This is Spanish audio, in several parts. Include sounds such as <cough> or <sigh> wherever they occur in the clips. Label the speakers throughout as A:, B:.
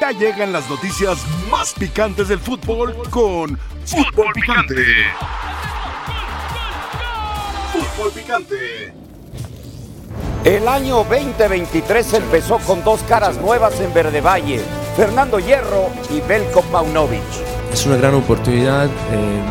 A: Ya llegan las noticias más picantes del fútbol con Fútbol Picante. Fútbol Picante.
B: El año 2023 empezó con dos caras nuevas en Verde Valle, Fernando Hierro y Belko Paunovic.
C: Es una gran oportunidad, eh,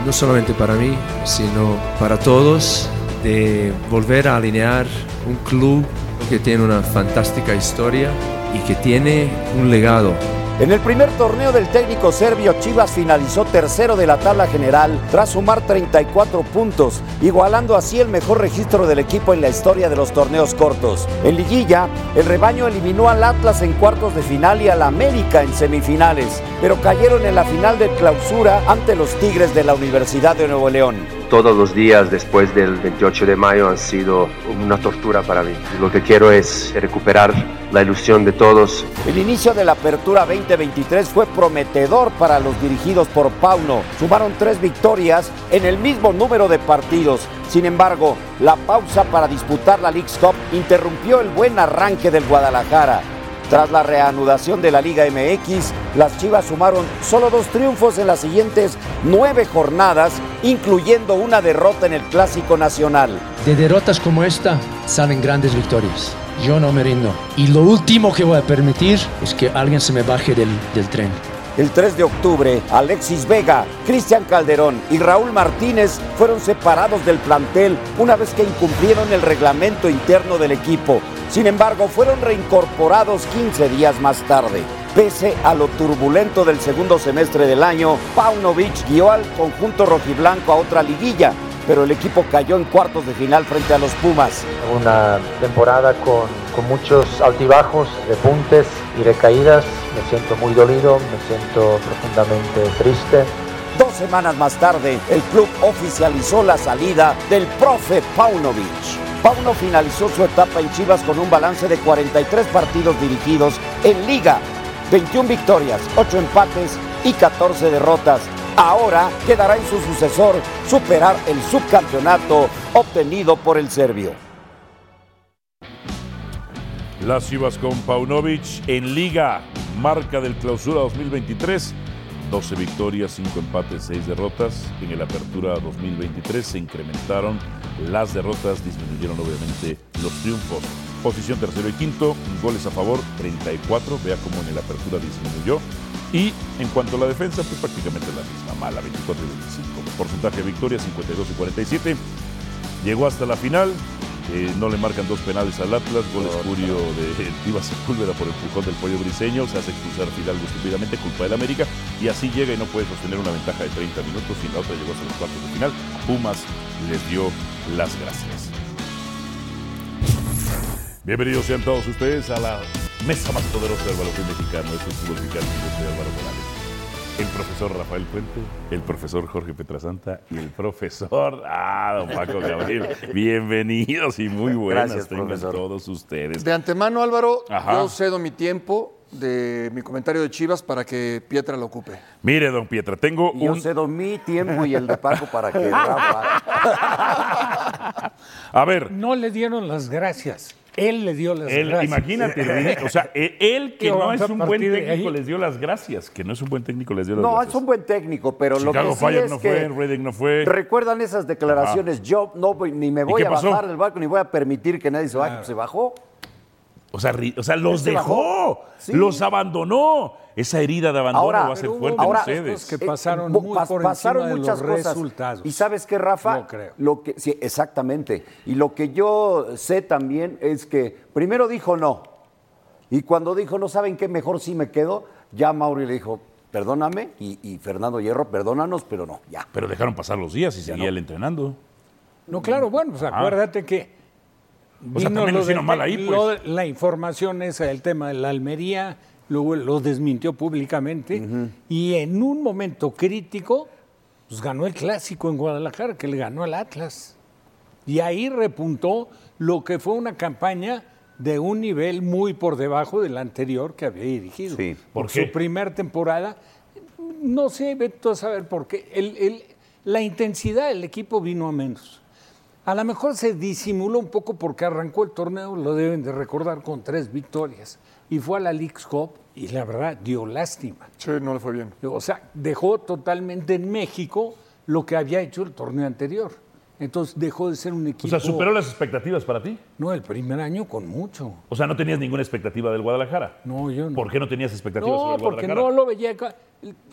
C: no solamente para mí, sino para todos, de volver a alinear un club que tiene una fantástica historia y que tiene un legado.
B: En el primer torneo del técnico serbio, Chivas finalizó tercero de la tabla general tras sumar 34 puntos, igualando así el mejor registro del equipo en la historia de los torneos cortos. En liguilla, el rebaño eliminó al Atlas en cuartos de final y al América en semifinales, pero cayeron en la final de clausura ante los Tigres de la Universidad de Nuevo León
D: todos los días después del 28 de mayo han sido una tortura para mí. Lo que quiero es recuperar la ilusión de todos.
B: El inicio de la apertura 2023 fue prometedor para los dirigidos por Pauno. Sumaron tres victorias en el mismo número de partidos. Sin embargo, la pausa para disputar la League Cup interrumpió el buen arranque del Guadalajara. Tras la reanudación de la Liga MX, las Chivas sumaron solo dos triunfos en las siguientes nueve jornadas, incluyendo una derrota en el Clásico Nacional.
E: De derrotas como esta salen grandes victorias. Yo no me rindo. Y lo último que voy a permitir es que alguien se me baje del, del tren.
B: El 3 de octubre, Alexis Vega, Cristian Calderón y Raúl Martínez fueron separados del plantel una vez que incumplieron el reglamento interno del equipo. Sin embargo, fueron reincorporados 15 días más tarde. Pese a lo turbulento del segundo semestre del año, Paunovic guió al conjunto rojiblanco a otra liguilla, pero el equipo cayó en cuartos de final frente a los Pumas.
F: Una temporada con, con muchos altibajos, repuntes y recaídas. Me siento muy dolido, me siento profundamente triste.
B: Dos semanas más tarde, el club oficializó la salida del profe Paunovic. Pauno finalizó su etapa en Chivas con un balance de 43 partidos dirigidos en liga, 21 victorias, 8 empates y 14 derrotas. Ahora quedará en su sucesor superar el subcampeonato obtenido por el serbio.
G: Las Chivas con Paunovic en Liga, marca del clausura 2023. 12 victorias, 5 empates, 6 derrotas. En el Apertura 2023 se incrementaron las derrotas, disminuyeron obviamente los triunfos. Posición tercero y quinto, goles a favor 34, vea cómo en el Apertura disminuyó. Y en cuanto a la defensa, fue prácticamente la misma, mala, 24 y 25. Porcentaje de victoria, 52 y 47. Llegó hasta la final, eh, no le marcan dos penales al Atlas, gol escurio de <laughs> Tiva Sepúlveda por empujón del pollo briseño, se hace expulsar Fidalgo estúpidamente, culpa del América, y así llega y no puede sostener una ventaja de 30 minutos y la otra llegó hasta los cuartos de final. Pumas les dio las gracias. Bienvenidos sean todos ustedes a la mesa más poderosa del baloncesto mexicano, es el fútbol mexicano, yo soy Álvaro Morales. El profesor Rafael Puente, el profesor Jorge Petrasanta y el profesor ah, don Paco
H: <laughs>
G: Gabriel. Bienvenidos y muy buenas
H: Gracias,
G: tengan
H: profesor.
G: todos ustedes.
H: De antemano, Álvaro,
G: Ajá.
H: yo cedo mi tiempo de mi comentario de Chivas para que Pietra lo ocupe.
G: Mire, don Pietra, tengo
B: Yo
G: un.
B: cedo mi tiempo y el de Paco para que...
G: <laughs> A ver,
I: No le dieron las gracias. Él le dio las
G: Él,
I: gracias.
G: imagínate, Rini, o
I: <laughs>
G: sea, e- él que
I: Pero
G: no
I: vamos
G: es
I: a
G: un buen
I: partir de
G: técnico
I: ahí.
G: les dio las gracias, que no es un buen técnico les dio las
B: No,
G: gracias.
B: es un buen técnico, pero lo
G: Chicago
B: que sí
G: Fire
B: es
G: no
B: que...
G: fue, Reading no fue. Ah.
B: ¿Recuerdan esas declaraciones? Yo no voy- ni me voy
G: qué
B: a
G: pasó? Ah.
B: bajar del barco, ni voy a permitir que nadie se baje. Pues Se bajó.
G: O sea, ri- o sea, los
B: Este
G: dejó,
B: bajó. Sí.
G: los abandonó. Esa herida de abandono
B: Ahora-
G: va a ser
B: Pero hubo
G: fuerte
B: ahora- Eh,
G: en
I: estos
G: ustedes.
I: que- pasaron
B: bo-
I: muy por encima de los resultados.
B: Y sabes qué, Rafa,
I: No creo.
B: lo que sí, exactamente. Y lo que yo sé también es que primero dijo no. Y cuando dijo no saben qué mejor sí me quedo, ya Mauri le dijo, "Perdóname" y, y Fernando Hierro, "Perdónanos, pero no, ya."
G: Pero dejaron pasar los días y seguía él entrenando.
I: No, claro, bueno,
G: Ah,
I: pues acuérdate que.
G: O sea,
I: vino
G: también
I: lo
G: lo hicieron
I: del-
G: mal ahí,
I: lo
G: pues.
I: de- la información esa, el tema de la Almería, luego lo desmintió públicamente. Y en un momento crítico, pues ganó el clásico en Guadalajara, que le ganó al Atlas. Y ahí repuntó lo que fue una campaña de un nivel muy por debajo del anterior que había dirigido.
B: Sí.
G: ¿Por
I: Por
G: qué?
I: su primer temporada, no sé, Beto, a saber por qué. El- el- la intensidad del equipo vino a menos. A lo mejor se disimuló un poco porque arrancó el torneo, lo deben de recordar, con tres victorias. Y fue a la Leagues Cup y la verdad dio lástima.
H: Sí, no le fue bien.
I: O sea, dejó totalmente en México lo que había hecho el torneo anterior. Entonces dejó de ser un
G: O
I: equipo.
G: sea, ¿superó las expectativas para ti?
I: No, el primer año con mucho.
G: O sea, no tenías ninguna expectativa del Guadalajara.
I: No, yo no.
G: ¿Por qué no tenías expectativas sobre
I: No,
G: el
I: porque
G: Guadalajara?
I: no lo veía. ca-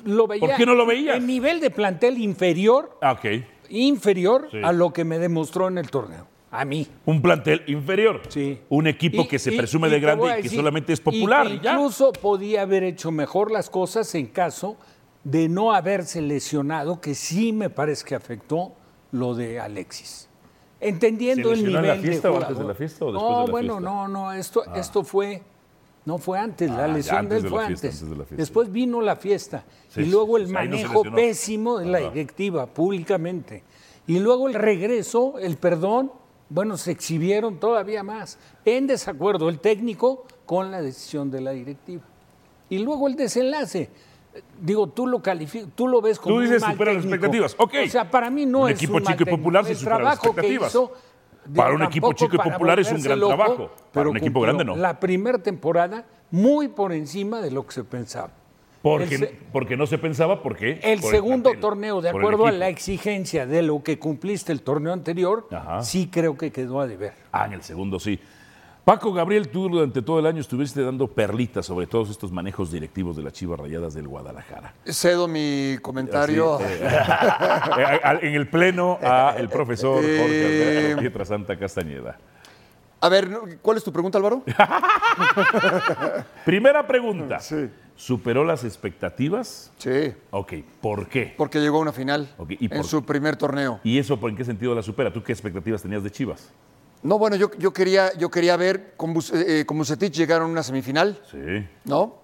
I: Lo veía
G: ¿Por qué no lo veías?
I: El nivel de plantel inferior,
G: Ah, ok.
I: inferior
G: Sí.
I: a lo que me demostró en el torneo. A mí.
G: Un plantel inferior.
I: Sí.
G: Un equipo
I: Y-
G: que se
I: y-
G: presume
I: y
G: de
I: te
G: grande
I: voy
G: y
I: a
G: que
I: decir,
G: solamente es
I: y
G: popular.
I: que
G: y ya.
I: incluso podía haber hecho mejor las cosas en caso de no haberse lesionado, que sí me parece que afectó lo de Alexis. Entendiendo
G: ¿Se
I: el
G: lesionó
I: nivel
G: en la fiesta
I: de
G: o antes de
I: jugador.
G: la fiesta o
I: no,
G: después de la
I: bueno,
G: fiesta?
I: no, no, esto, esto fue, no fue antes,
G: Ah,
I: la
G: ya,
I: lesión de
G: antes
I: él
G: de la
I: fue
G: fiesta,
I: antes.
G: antes de la fiesta.
I: Después vino la fiesta
G: Sí,
I: y luego
G: sí,
I: el
G: sí, ahí no se
I: manejo
G: lesionó.
I: pésimo de la
G: Ajá.
I: directiva públicamente. Y luego el regreso, el perdón, bueno, se exhibieron todavía más. En desacuerdo el técnico con la decisión de la directiva. Y luego el desenlace. Eh, Digo, tú lo calificas, tú lo ves como
G: Tú dices
I: un mal
G: supera las
I: técnico.
G: expectativas. Ok.
I: O sea, para mí no
G: Un
I: es
G: equipo
I: un mal
G: chico y
I: técnico.
G: popular sí
I: El
G: supera las
I: trabajo que
G: expectativas.
I: hizo,
G: Para un equipo
I: tampoco
G: chico y
I: para
G: popular es un
I: volverse
G: gran trabajo. Para
I: pero
G: un equipo
I: cumplió
G: grande no.
I: La primera temporada muy por encima de lo que se pensaba.
G: Porque,
I: El se-
G: porque no se pensaba, ¿por qué?
I: El
G: Por
I: segundo
G: plantel,
I: torneo, de
G: por el
I: acuerdo a
G: equipo.
I: la exigencia de lo que cumpliste el torneo anterior,
G: Ajá.
I: sí creo que quedó a deber.
G: Ah, en el segundo sí. Paco Gabriel, tú durante todo el año estuviste dando perlitas sobre todos estos manejos directivos de las Chivas Rayadas del Guadalajara.
H: Cedo mi comentario. <laughs>
G: Eh, al- eh, en el pleno a el profesor Jorge
H: Eh.
G: Alberto Pietra Santa Castañeda.
H: A ver, ¿no? ¿cuál es tu pregunta, Álvaro?
G: <laughs> Primera pregunta.
H: Sí.
G: ¿Superó las expectativas?
H: Sí,
G: Ok, ¿por qué?
H: porque llegó a una final
G: Ok, ¿y
H: en
G: por-
H: su primer torneo.
G: ¿Y eso por en qué sentido la supera? ¿Tú qué expectativas tenías de Chivas?
H: No, bueno, yo, yo, quería, yo quería ver, con, Bus- eh, con Bucetich llegaron a una semifinal,
G: Sí.
H: ¿no?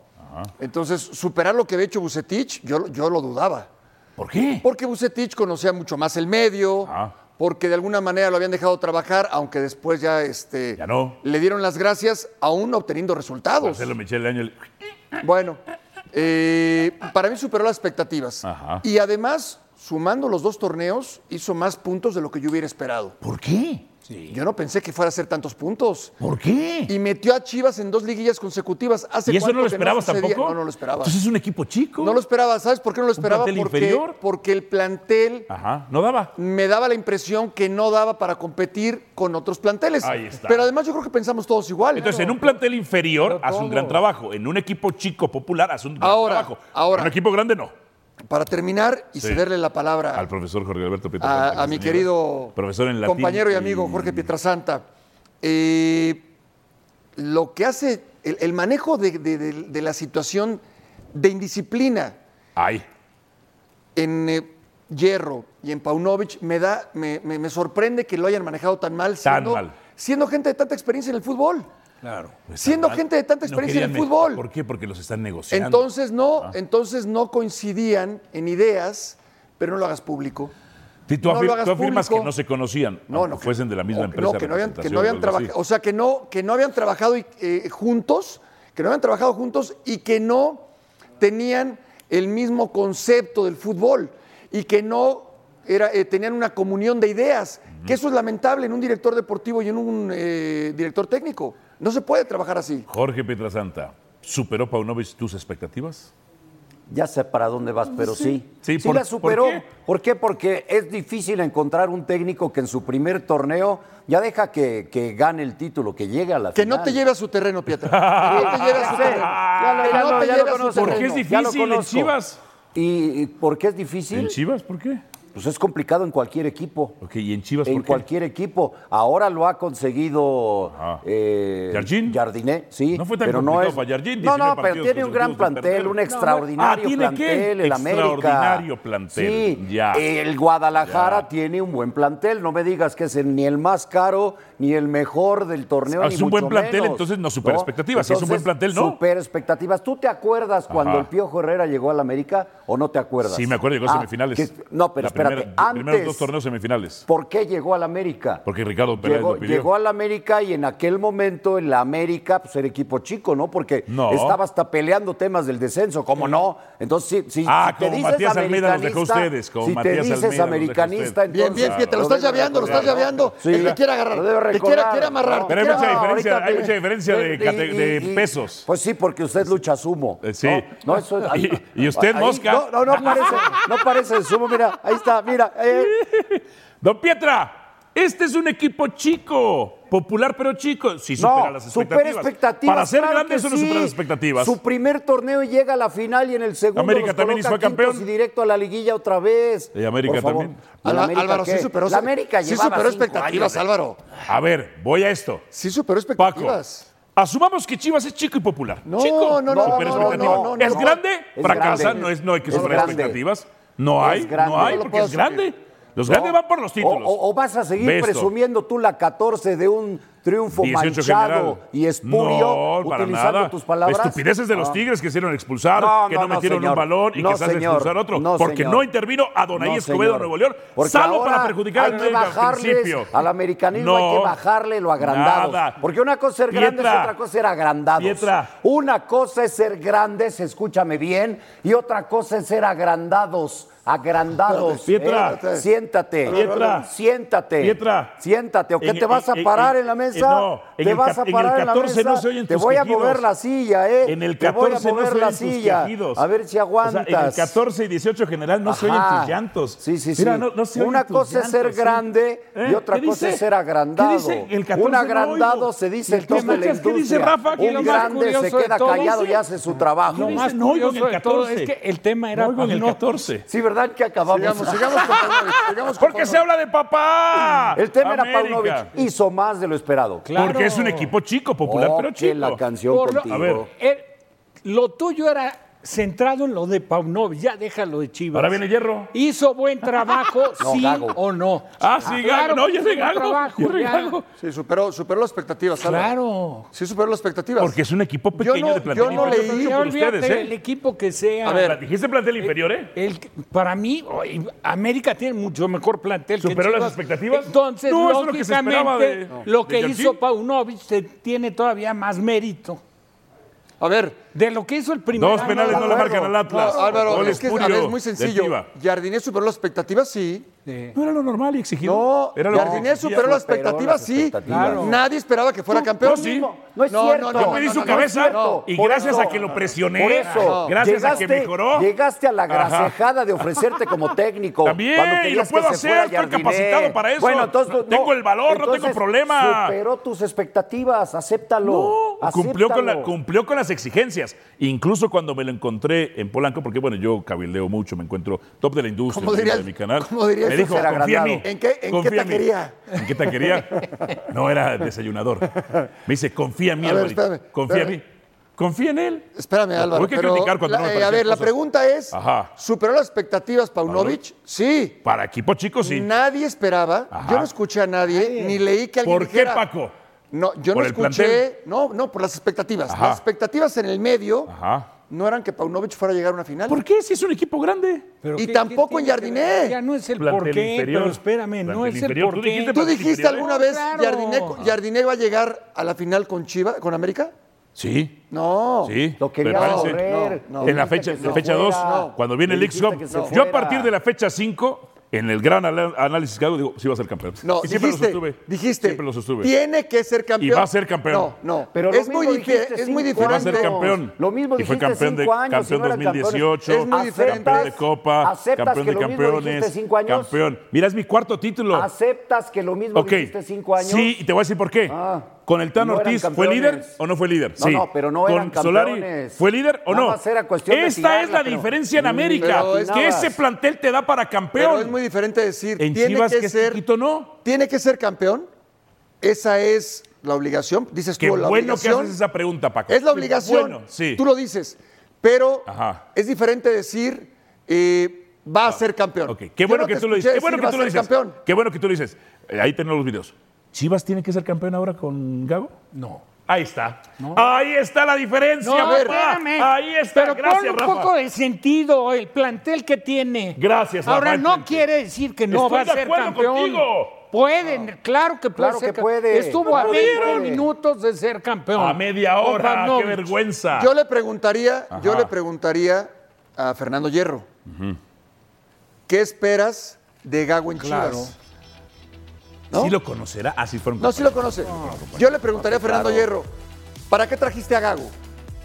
H: Entonces, superar lo que había hecho Bucetich, yo, yo lo dudaba.
G: ¿Por qué?
H: Porque Bucetich conocía mucho más el medio,
G: Ah.
H: porque de alguna manera lo habían dejado trabajar, aunque después ya, este,
G: Ya no.
H: le dieron las gracias, aún obteniendo resultados.
G: Marcelo Michel Ángel.
H: Bueno, eh, para mí superó las expectativas.
G: Ajá.
H: Y además, sumando los dos torneos, hizo más puntos de lo que yo hubiera esperado.
G: ¿Por qué?
H: Yo no pensé que fuera a hacer tantos puntos.
G: ¿Por qué?
H: Y metió a Chivas en dos liguillas consecutivas. ¿Hace
G: ¿Y eso
H: cuánto
G: no lo
H: que
G: esperabas
H: sucedía?
G: tampoco?
H: No, no lo esperaba.
G: Entonces es un equipo chico.
H: No lo esperaba. ¿Sabes por qué no lo esperaba?
G: plantel
H: porque,
G: inferior?
H: porque el plantel
G: Ajá, no daba.
H: me daba la impresión que no daba para competir con otros planteles.
G: Ahí está.
H: Pero además yo creo que pensamos todos igual.
G: Entonces, en un plantel inferior
I: Pero
G: hace un
I: todo.
G: gran trabajo. En un equipo chico popular hace un gran
H: Ahora,
G: trabajo.
H: Ah, ahora.
G: En un equipo grande no.
H: Para terminar y
G: Sí.
H: cederle la palabra
G: Al profesor Jorge Alberto
H: a,
G: Pietra Santa
H: a mi
G: Castañeda,
H: querido
G: profesor en latín
H: compañero y amigo Jorge Pietrasanta. Eh, lo que hace el, el manejo de, de- de- de la situación de indisciplina
G: Ay,
H: en eh, Hierro y en Paunovic me, da, me, me- me sorprende que lo hayan manejado tan mal, siendo,
G: mal.
H: siendo gente de tanta experiencia en el fútbol.
I: Claro.
H: Siendo
G: Tan mal.
H: gente de tanta
G: No
H: experiencia en el
G: querían me-
H: fútbol.
G: ¿Por qué? Porque los están negociando. Ah.
H: Entonces no, entonces no coincidían en ideas, pero no lo hagas público.
G: Sí, tú,
H: no
G: afir-
H: lo hagas
G: tú afirmas
H: público.
G: que no se conocían,
H: No, no.
G: aunque fuesen de la misma
H: o-
G: empresa.
H: No, que no habían, que
G: representación
H: no
G: o
H: habían
G: algo así.
H: trabajado. O sea, que no, que no habían trabajado y- eh, juntos, que no habían trabajado juntos y que no tenían el mismo concepto del fútbol y que no era, eh, tenían una comunión de ideas. Que eso es lamentable en un director deportivo y en un eh, director técnico. No se puede trabajar así.
G: Jorge Pietrasanta, ¿superó Paunovic tus expectativas?
B: Ya sé para dónde vas, pero sí.
G: Sí, por-
B: la superó.
G: ¿por qué?
B: ¿Por qué? Porque es difícil encontrar un técnico que en su primer torneo ya deja que, que gane el título, que llegue a la
H: Que
B: final.
H: no te lleve a su terreno,
G: <laughs>
H: Pietra. Que no te lleve a su
B: Ya sé,
H: terreno.
B: ya lo-
H: Que
B: ya
H: no
B: lo-
H: te
B: ya
H: lleve a
B: lo
H: su
B: conozco.
G: ¿Por qué
H: terreno.
G: es
B: Ya lo
G: difícil en
B: conozco.
G: Chivas?
B: ¿Y, y por qué es difícil?
G: ¿En Chivas por qué?
B: Pues es complicado en cualquier equipo.
G: Ok, ¿y en Chivas
B: En
G: por qué?
B: cualquier equipo. Ahora lo ha conseguido
G: Ajá.
B: eh,
G: Ah. ¿Jardín?
B: Jardiné, sí.
G: No fue tan
B: pero no
G: complicado
B: es...
G: para Jardín,
B: No,
G: 19
B: no, pero
G: partidos
B: tiene un gran
G: consecutivos de
B: plantel,
G: perder.
B: un
G: No,
B: extraordinario
G: ah, ¿tiene qué?
B: plantel, el América.
G: Extraordinario plantel,
B: Sí,
G: ya.
B: el Guadalajara
G: Ya.
B: tiene un buen plantel. No me digas que es el- ni el más caro, ni el mejor del torneo,
G: Ah,
B: ni
G: es un buen
B: mucho
G: plantel,
B: menos,
G: entonces no supera expectativas. Si es un buen
B: Entonces,
G: plantel, no.
B: Supera expectativas. ¿Tú te acuerdas cuando
G: Ajá.
B: el Piojo Herrera llegó al América o no te acuerdas?
G: Sí, me acuerdo, llegó a
B: Ah,
G: semifinales.
B: que- no, pero
G: La
B: espérate,
G: primera- los
B: antes...
G: primeros dos torneos semifinales.
B: ¿Por qué llegó al América?
G: Porque Ricardo Peláez
B: llegó,
G: lo pidió.
B: llegó al América y en aquel momento en la América pues era equipo chico, ¿no? Porque
G: No.
B: estaba hasta peleando temas del descenso, ¿cómo no? Entonces, si, si,
G: Ah,
B: si te
G: como
B: dices
G: Matías Almeida los dejó
B: americanista,
G: ustedes, como
B: si
G: Matías
B: te dices
G: Almeida los dejó
B: americanista,
G: ustedes.
H: Bien,
B: entonces...
H: bien, Pietra, lo estás
B: debes
H: llaveando, lo
B: recordar.
H: estás llaveando. El que quiera agarrar.
B: Lo debes
H: Te quiera- quiera amarrar.
G: Pero hay
H: Quiera
G: mucha
H: amarrar.
G: diferencia,
H: Ahorita
G: hay
H: te-
G: mucha diferencia de,
H: y-
G: cate- de
H: y- y-
G: <laughs> pesos.
B: Pues sí, porque usted lucha sumo.
G: Eh, sí.
B: No, no, eso es- ahí-
G: <laughs> Y- y usted, mosca.
B: No, no, no parece, no parece de sumo, mira, ahí está, mira. eh,
G: Don Pietra, este es un equipo chico, popular pero chico. Sí, supera
B: no,
G: las expectativas.
B: supera expectativas.
G: Para ser
B: claro
G: grande,
B: que
G: eso no
B: sí.
G: supera las expectativas.
B: Su primer torneo y llega a la final y en el segundo
G: América
B: los
G: también
B: coloca
G: fue campeón.
B: quintos y directo a la liguilla otra vez.
G: Y América
B: Por favor.
G: también.
B: ¿Y la
H: Alba-
B: América
H: Álvaro, sí
B: qué?
H: superó,
B: La América
H: sí
B: llevaba
H: superó
B: cinco
H: expectativas,
B: años.
H: Álvaro.
G: A ver, voy a esto.
H: Sí superó
G: Paco,
H: expectativas.
G: asumamos que Chivas es chico y popular.
H: No,
G: chico,
H: no, no,
G: supera
B: no, no,
G: expectativas.
B: no, no,
G: ¿Es
B: no.
G: grande?
B: Es
G: fracasa,
B: grande.
G: No, es, no hay que
B: Es
G: superar
B: grande.
G: expectativas. No
B: Es
G: hay,
B: grande.
G: no hay,
B: No lo
G: porque
H: puedo
G: es grande.
H: asumir.
G: Los grandes
B: No.
G: van por los títulos.
B: O, o- o vas a seguir
G: Ve esto.
B: presumiendo tú la 14 de un triunfo
G: 18
B: manchado
G: general.
B: y espurio
G: no, para
B: utilizando
G: nada.
B: tus palabras.
G: Estupideces de los
B: Ah.
G: Tigres que hicieron expulsar,
B: No,
G: que
B: no,
G: no,
B: no,
G: metieron
B: señor.
G: un balón y
B: No,
G: que salen a
B: señor.
G: expulsar otro.
B: No,
G: porque
B: señor.
G: no intervino Adonai
B: No,
G: Escobedo
B: señor.
G: de Nuevo León,
B: Porque
G: salvo
B: ahora
G: para perjudicar al
B: hay que
G: América al
B: bajarles
G: principio.
B: Al americanismo hay
G: No,
B: que bajarle lo agrandado.
G: nada.
B: Porque una cosa es ser grandes,
G: Pietra.
B: otra cosa es ser agrandados.
G: Pietra.
B: Una cosa es ser grandes, escúchame bien, y otra cosa es ser agrandados. Agrandados.
G: Pietra.
B: ¿eh? Siéntate.
G: Pietra.
B: Siéntate.
G: Pietra.
B: Siéntate. ¿O qué
G: En-
B: te vas a
G: en-
B: parar
G: en-
B: en la
G: en-
B: mesa?
G: no, en
B: ¿Te
G: el
B: vas a
G: cat- en
B: parar
G: el
B: en la
G: 14 no
B: mesa?
G: se oyen
B: Te
G: tus
B: voy a
G: quejidos.
B: mover la silla, ¿eh?
G: En el
B: Te voy
G: 14
B: a mover
G: no se
B: la
G: oyen tus
B: silla.
G: quejidos.
B: A ver si aguantas.
G: O sea, en el 14 y 18 general no se oyen
B: Ajá.
G: tus llantos.
B: Sí, sí, sí.
G: Mira, no- no se oyen
B: Una
G: tus
B: cosa es ser
G: llantos, sí.
B: grande
G: ¿Eh?
B: y otra
G: ¿Qué
B: cosa
G: dice?
B: es ser agrandado.
G: ¿Qué dice? El 14
B: un
G: no
B: agrandado
G: oigo.
B: se
G: ¿Y
B: dice
G: el
B: en toda la
G: 14? ¿Qué dice
B: industria.
G: Rafa? Que
B: un
G: lo más
B: grande se
I: curioso de
B: queda
I: todo-
B: callado
G: dice-
B: y hace su trabajo.
G: No,
I: Lo más
G: no oigo en
I: curioso
G: el
I: de todo
G: 14.
I: es que el tema era
G: No oigo en el
I: no-
G: 14.
B: Sí, ¿verdad que acabamos?
H: Sigamos,
B: <laughs>
H: <laughs> sigamos con Paunovic, sigamos con
G: Porque se
H: Paunovic.
G: habla de papá.
B: El tema
G: América.
B: era Paunovic. Hizo más de lo esperado.
I: Claro.
G: Porque es un equipo chico, popular,
B: Oh,
G: Ah, pero
B: que
G: chico.
B: la canción
I: Por lo-
B: contigo.
G: A ver.
I: Eh, lo tuyo era centrado en lo de Paunovic, ya déjalo de Chivas.
G: Ahora viene Hierro.
I: ¿Hizo
G: <laughs>
I: buen trabajo,
B: No,
I: sí
B: Gago.
I: o no?
G: Ah, sí, Gago. No,
I: que
G: ya
I: hizo
G: es de
I: buen
G: Gago, ya es de
I: ya.
G: Gago.
H: Sí, superó, superó las expectativas, Álvaro.
I: Claro.
H: Sí superó las expectativas.
G: Porque es un equipo
H: Yo
G: pequeño
H: no-
G: de plantel
H: yo no
G: inferior.
H: leí-
G: Yo
I: Ya
G: por
I: olvídate
G: ustedes, ¿eh?
I: el equipo que sea.
H: A ver.
G: Dijiste plantel inferior, ¿eh?
I: El- para mí, hoy, América tiene mucho mejor plantel. que
G: ¿Superó las
I: Chivas.
G: expectativas?
I: Entonces,
G: No, eso es lo que se esperaba
I: lógicamente,
G: de- no.
I: lo que
G: ¿De
I: hizo
G: Georgín?
I: Paunovic se tiene todavía más mérito
H: A ver,
I: de lo que hizo el primer
G: Dos
I: año.
G: penales no le marcan al Atlas.
H: no, Álvaro,
G: Gol
H: es que a
G: espurio
H: ver, es muy
G: de
H: sencillo.
G: Tiva.
H: Jardiné superó las expectativas, sí.
I: Sí.
G: No era lo normal y exigido.
H: No,
G: era lo que
H: Jardiné
G: exigía.
H: superó las
B: superó las
H: expectativas, sí.
B: expectativas.
I: Claro.
H: Nadie esperaba que fuera campeón.
G: no, sí.
B: No es cierto.
G: Yo pedí
B: No,
G: su
B: no, no,
G: cabeza
B: es cierto.
G: y
B: Por
G: gracias
B: eso,
G: a que lo presioné,
B: Por eso,
G: gracias a que
B: llegaste-
G: mejoró.
B: Llegaste a la
G: Ajá.
B: grasejada de ofrecerte como
G: <laughs>
B: técnico.
G: También,
B: cuando
G: y lo
B: querías que
G: puedo
B: se
G: hacer,
B: fuera
G: estoy
B: Jardiné.
G: capacitado para eso.
B: Bueno, entonces,
G: No tengo el valor, no tengo
B: entonces,
G: problema.
B: Superó tus expectativas, acéptalo.
G: No, cumplió con, la-
B: acéptalo.
G: cumplió con las exigencias. Incluso cuando me lo encontré en Polanco, porque bueno, yo cabildeo mucho, me encuentro top de la industria
H: ¿Cómo diría
G: de
H: el-
G: mi canal.
H: cómo diría
G: me
H: ese
G: dijo,
B: ser
G: confía en
B: agrandado?
G: mí.
H: ¿En qué- en qué
G: confía mí".
H: taquería?
G: ¿En qué taquería?
H: <laughs>
G: No era desayunador. Me dice, confía en mí,
H: A ver,
G: Alvarito.
H: espérame,
G: confía en mí.
H: espérame.
G: Confía en él.
H: Espérame,
G: Lo
H: Álvaro.
G: tuve que
H: pero
G: criticar cuando
H: la-
G: no
H: eh,
G: me
H: A
G: parecían
H: ver, la
G: cosas.
H: pregunta es:
G: Ajá.
H: ¿superó las expectativas Paunovic? Sí.
G: Para equipo chico, sí.
H: Nadie esperaba.
G: Ajá.
H: Yo no escuché a nadie, ni leí que alguien
G: ¿Por qué,
H: dijera-
G: Paco?
H: No, yo
G: ¿Por
H: no
G: el
H: escuché.
G: plantel?
H: No, no, por las expectativas.
G: Ajá.
H: Las expectativas en el medio
G: Ajá.
H: no eran que Paunovic fuera a llegar a una final.
G: ¿Por qué? Si es un equipo grande.
I: Pero
H: Y
I: ¿qué-
H: tampoco
I: qué
H: en
I: tiene que ver?
H: Jardiné.
I: Ya no es el
G: Plantel
I: por qué,
G: inferior.
I: pero espérame, no
G: Plantel
I: es el
G: inferior.
I: por
G: Tú
I: qué.
G: dijiste
H: ¿Tú dijiste
G: Inferior, ¿eh?
H: alguna vez
I: Claro.
H: Jardiné, Jardiné va a llegar a la final con Chiva, con América?
G: Sí.
H: No.
G: Sí,
B: Lo quería
G: prepárense.
B: correr.
H: No, no.
G: en la
B: Dijiste
G: fecha
B: que se
G: 2, fecha
B: fuera.
G: dos,
B: No.
G: cuando viene el
B: Le
G: x
B: dijiste que se
G: yo a
B: fuera.
G: partir de la fecha 5, en el gran ala- análisis que hago, digo, sí va a ser campeón.
H: No,
G: y siempre
H: dijiste,
G: lo sostuve.
H: dijiste,
G: Siempre lo sostuve.
H: tiene que ser campeón.
G: Y va a ser campeón.
H: No, no,
B: Pero lo
H: es, muy
B: mismo
H: dife-
B: dijiste
H: es muy
B: cinco
G: Y va a
H: diferente.
G: ser campeón.
B: Lo mismo
G: y fue
B: dijiste
G: campeón de
B: cinco años,
G: campeón
B: si no eran
G: 2018,
H: campeones. Es muy diferente.
G: campeón de copa,
B: ¿Aceptas
G: campeón
B: que
G: de
B: lo mismo
G: campeones,
B: dijiste cinco años?
G: campeón. Mira, es mi cuarto título.
B: ¿Aceptas que lo mismo
G: Ok.
B: que dijiste cinco años?
G: Sí, y te voy a decir por qué.
B: Ah.
G: Con el Tan
B: No eran
G: Ortiz, ¿fue líder
B: campeones.
G: o no fue líder?
B: No,
G: sí.
B: no, pero no eran
G: Con Solari,
B: campeones.
G: ¿fue líder o
B: Nada
G: no?
B: más era cuestión de
G: Esta es
B: tirarla,
G: la
B: pero-
G: diferencia en
B: Mm,
G: América.
H: pero es-
G: Que ese plantel te da para campeón.
H: Pero es muy diferente decir,
G: En
H: tiene
G: Chivas, que
H: que
G: es
H: ser
G: chiquito, no.
H: tiene que ser campeón. Esa es la obligación, dices tú,
G: Qué
H: la
G: bueno que
H: obligación.
G: haces esa pregunta, Paco.
H: Es la
G: Qué
H: obligación.
G: Bueno, sí.
H: Tú lo dices. Pero
G: Ajá. Ah,
H: es diferente decir eh, va a ser campeón.
G: Ok, Qué
H: Yo
G: bueno
H: no
G: que
H: te
G: tú lo
H: escuché
G: dices. Qué bueno
H: decir, va
G: que tú
H: a
G: lo
H: ser
G: dices.
H: campeón.
G: Qué bueno que tú lo dices. Eh, Ahí tenemos los videos. ¿Chivas tiene que ser campeón ahora con Gago? No. Ahí está. Ahí está la diferencia,
I: No,
G: papá.
I: espérame.
G: Ahí está.
I: Pero
G: Gracias,
I: ponle un
G: Rafa.
I: poco de sentido el plantel que tiene.
G: Gracias, Rafa,
I: Ahora, no
G: entendí.
I: quiere decir que no
G: Estoy
I: va a
G: de
I: ser
G: acuerdo
I: campeón.
G: contigo.
I: Pueden, claro que puede.
B: Claro
I: ser
B: que
I: ca-
B: puede.
I: Estuvo a
B: Claro que
I: 20
B: puede.
I: minutos de ser campeón.
G: A media
I: Con
G: hora. Qué
I: Pavlovich.
G: vergüenza.
H: Yo le preguntaría, yo
G: Ah. Ajá.
H: le preguntaría a Fernando Hierro. ¿Qué esperas de Gago en Chivas? ¿no?
G: Sí lo conocerá, así fueron
H: No, sí lo conoce. Yo le preguntaría a Fernando Hierro, ¿para qué trajiste a Gago?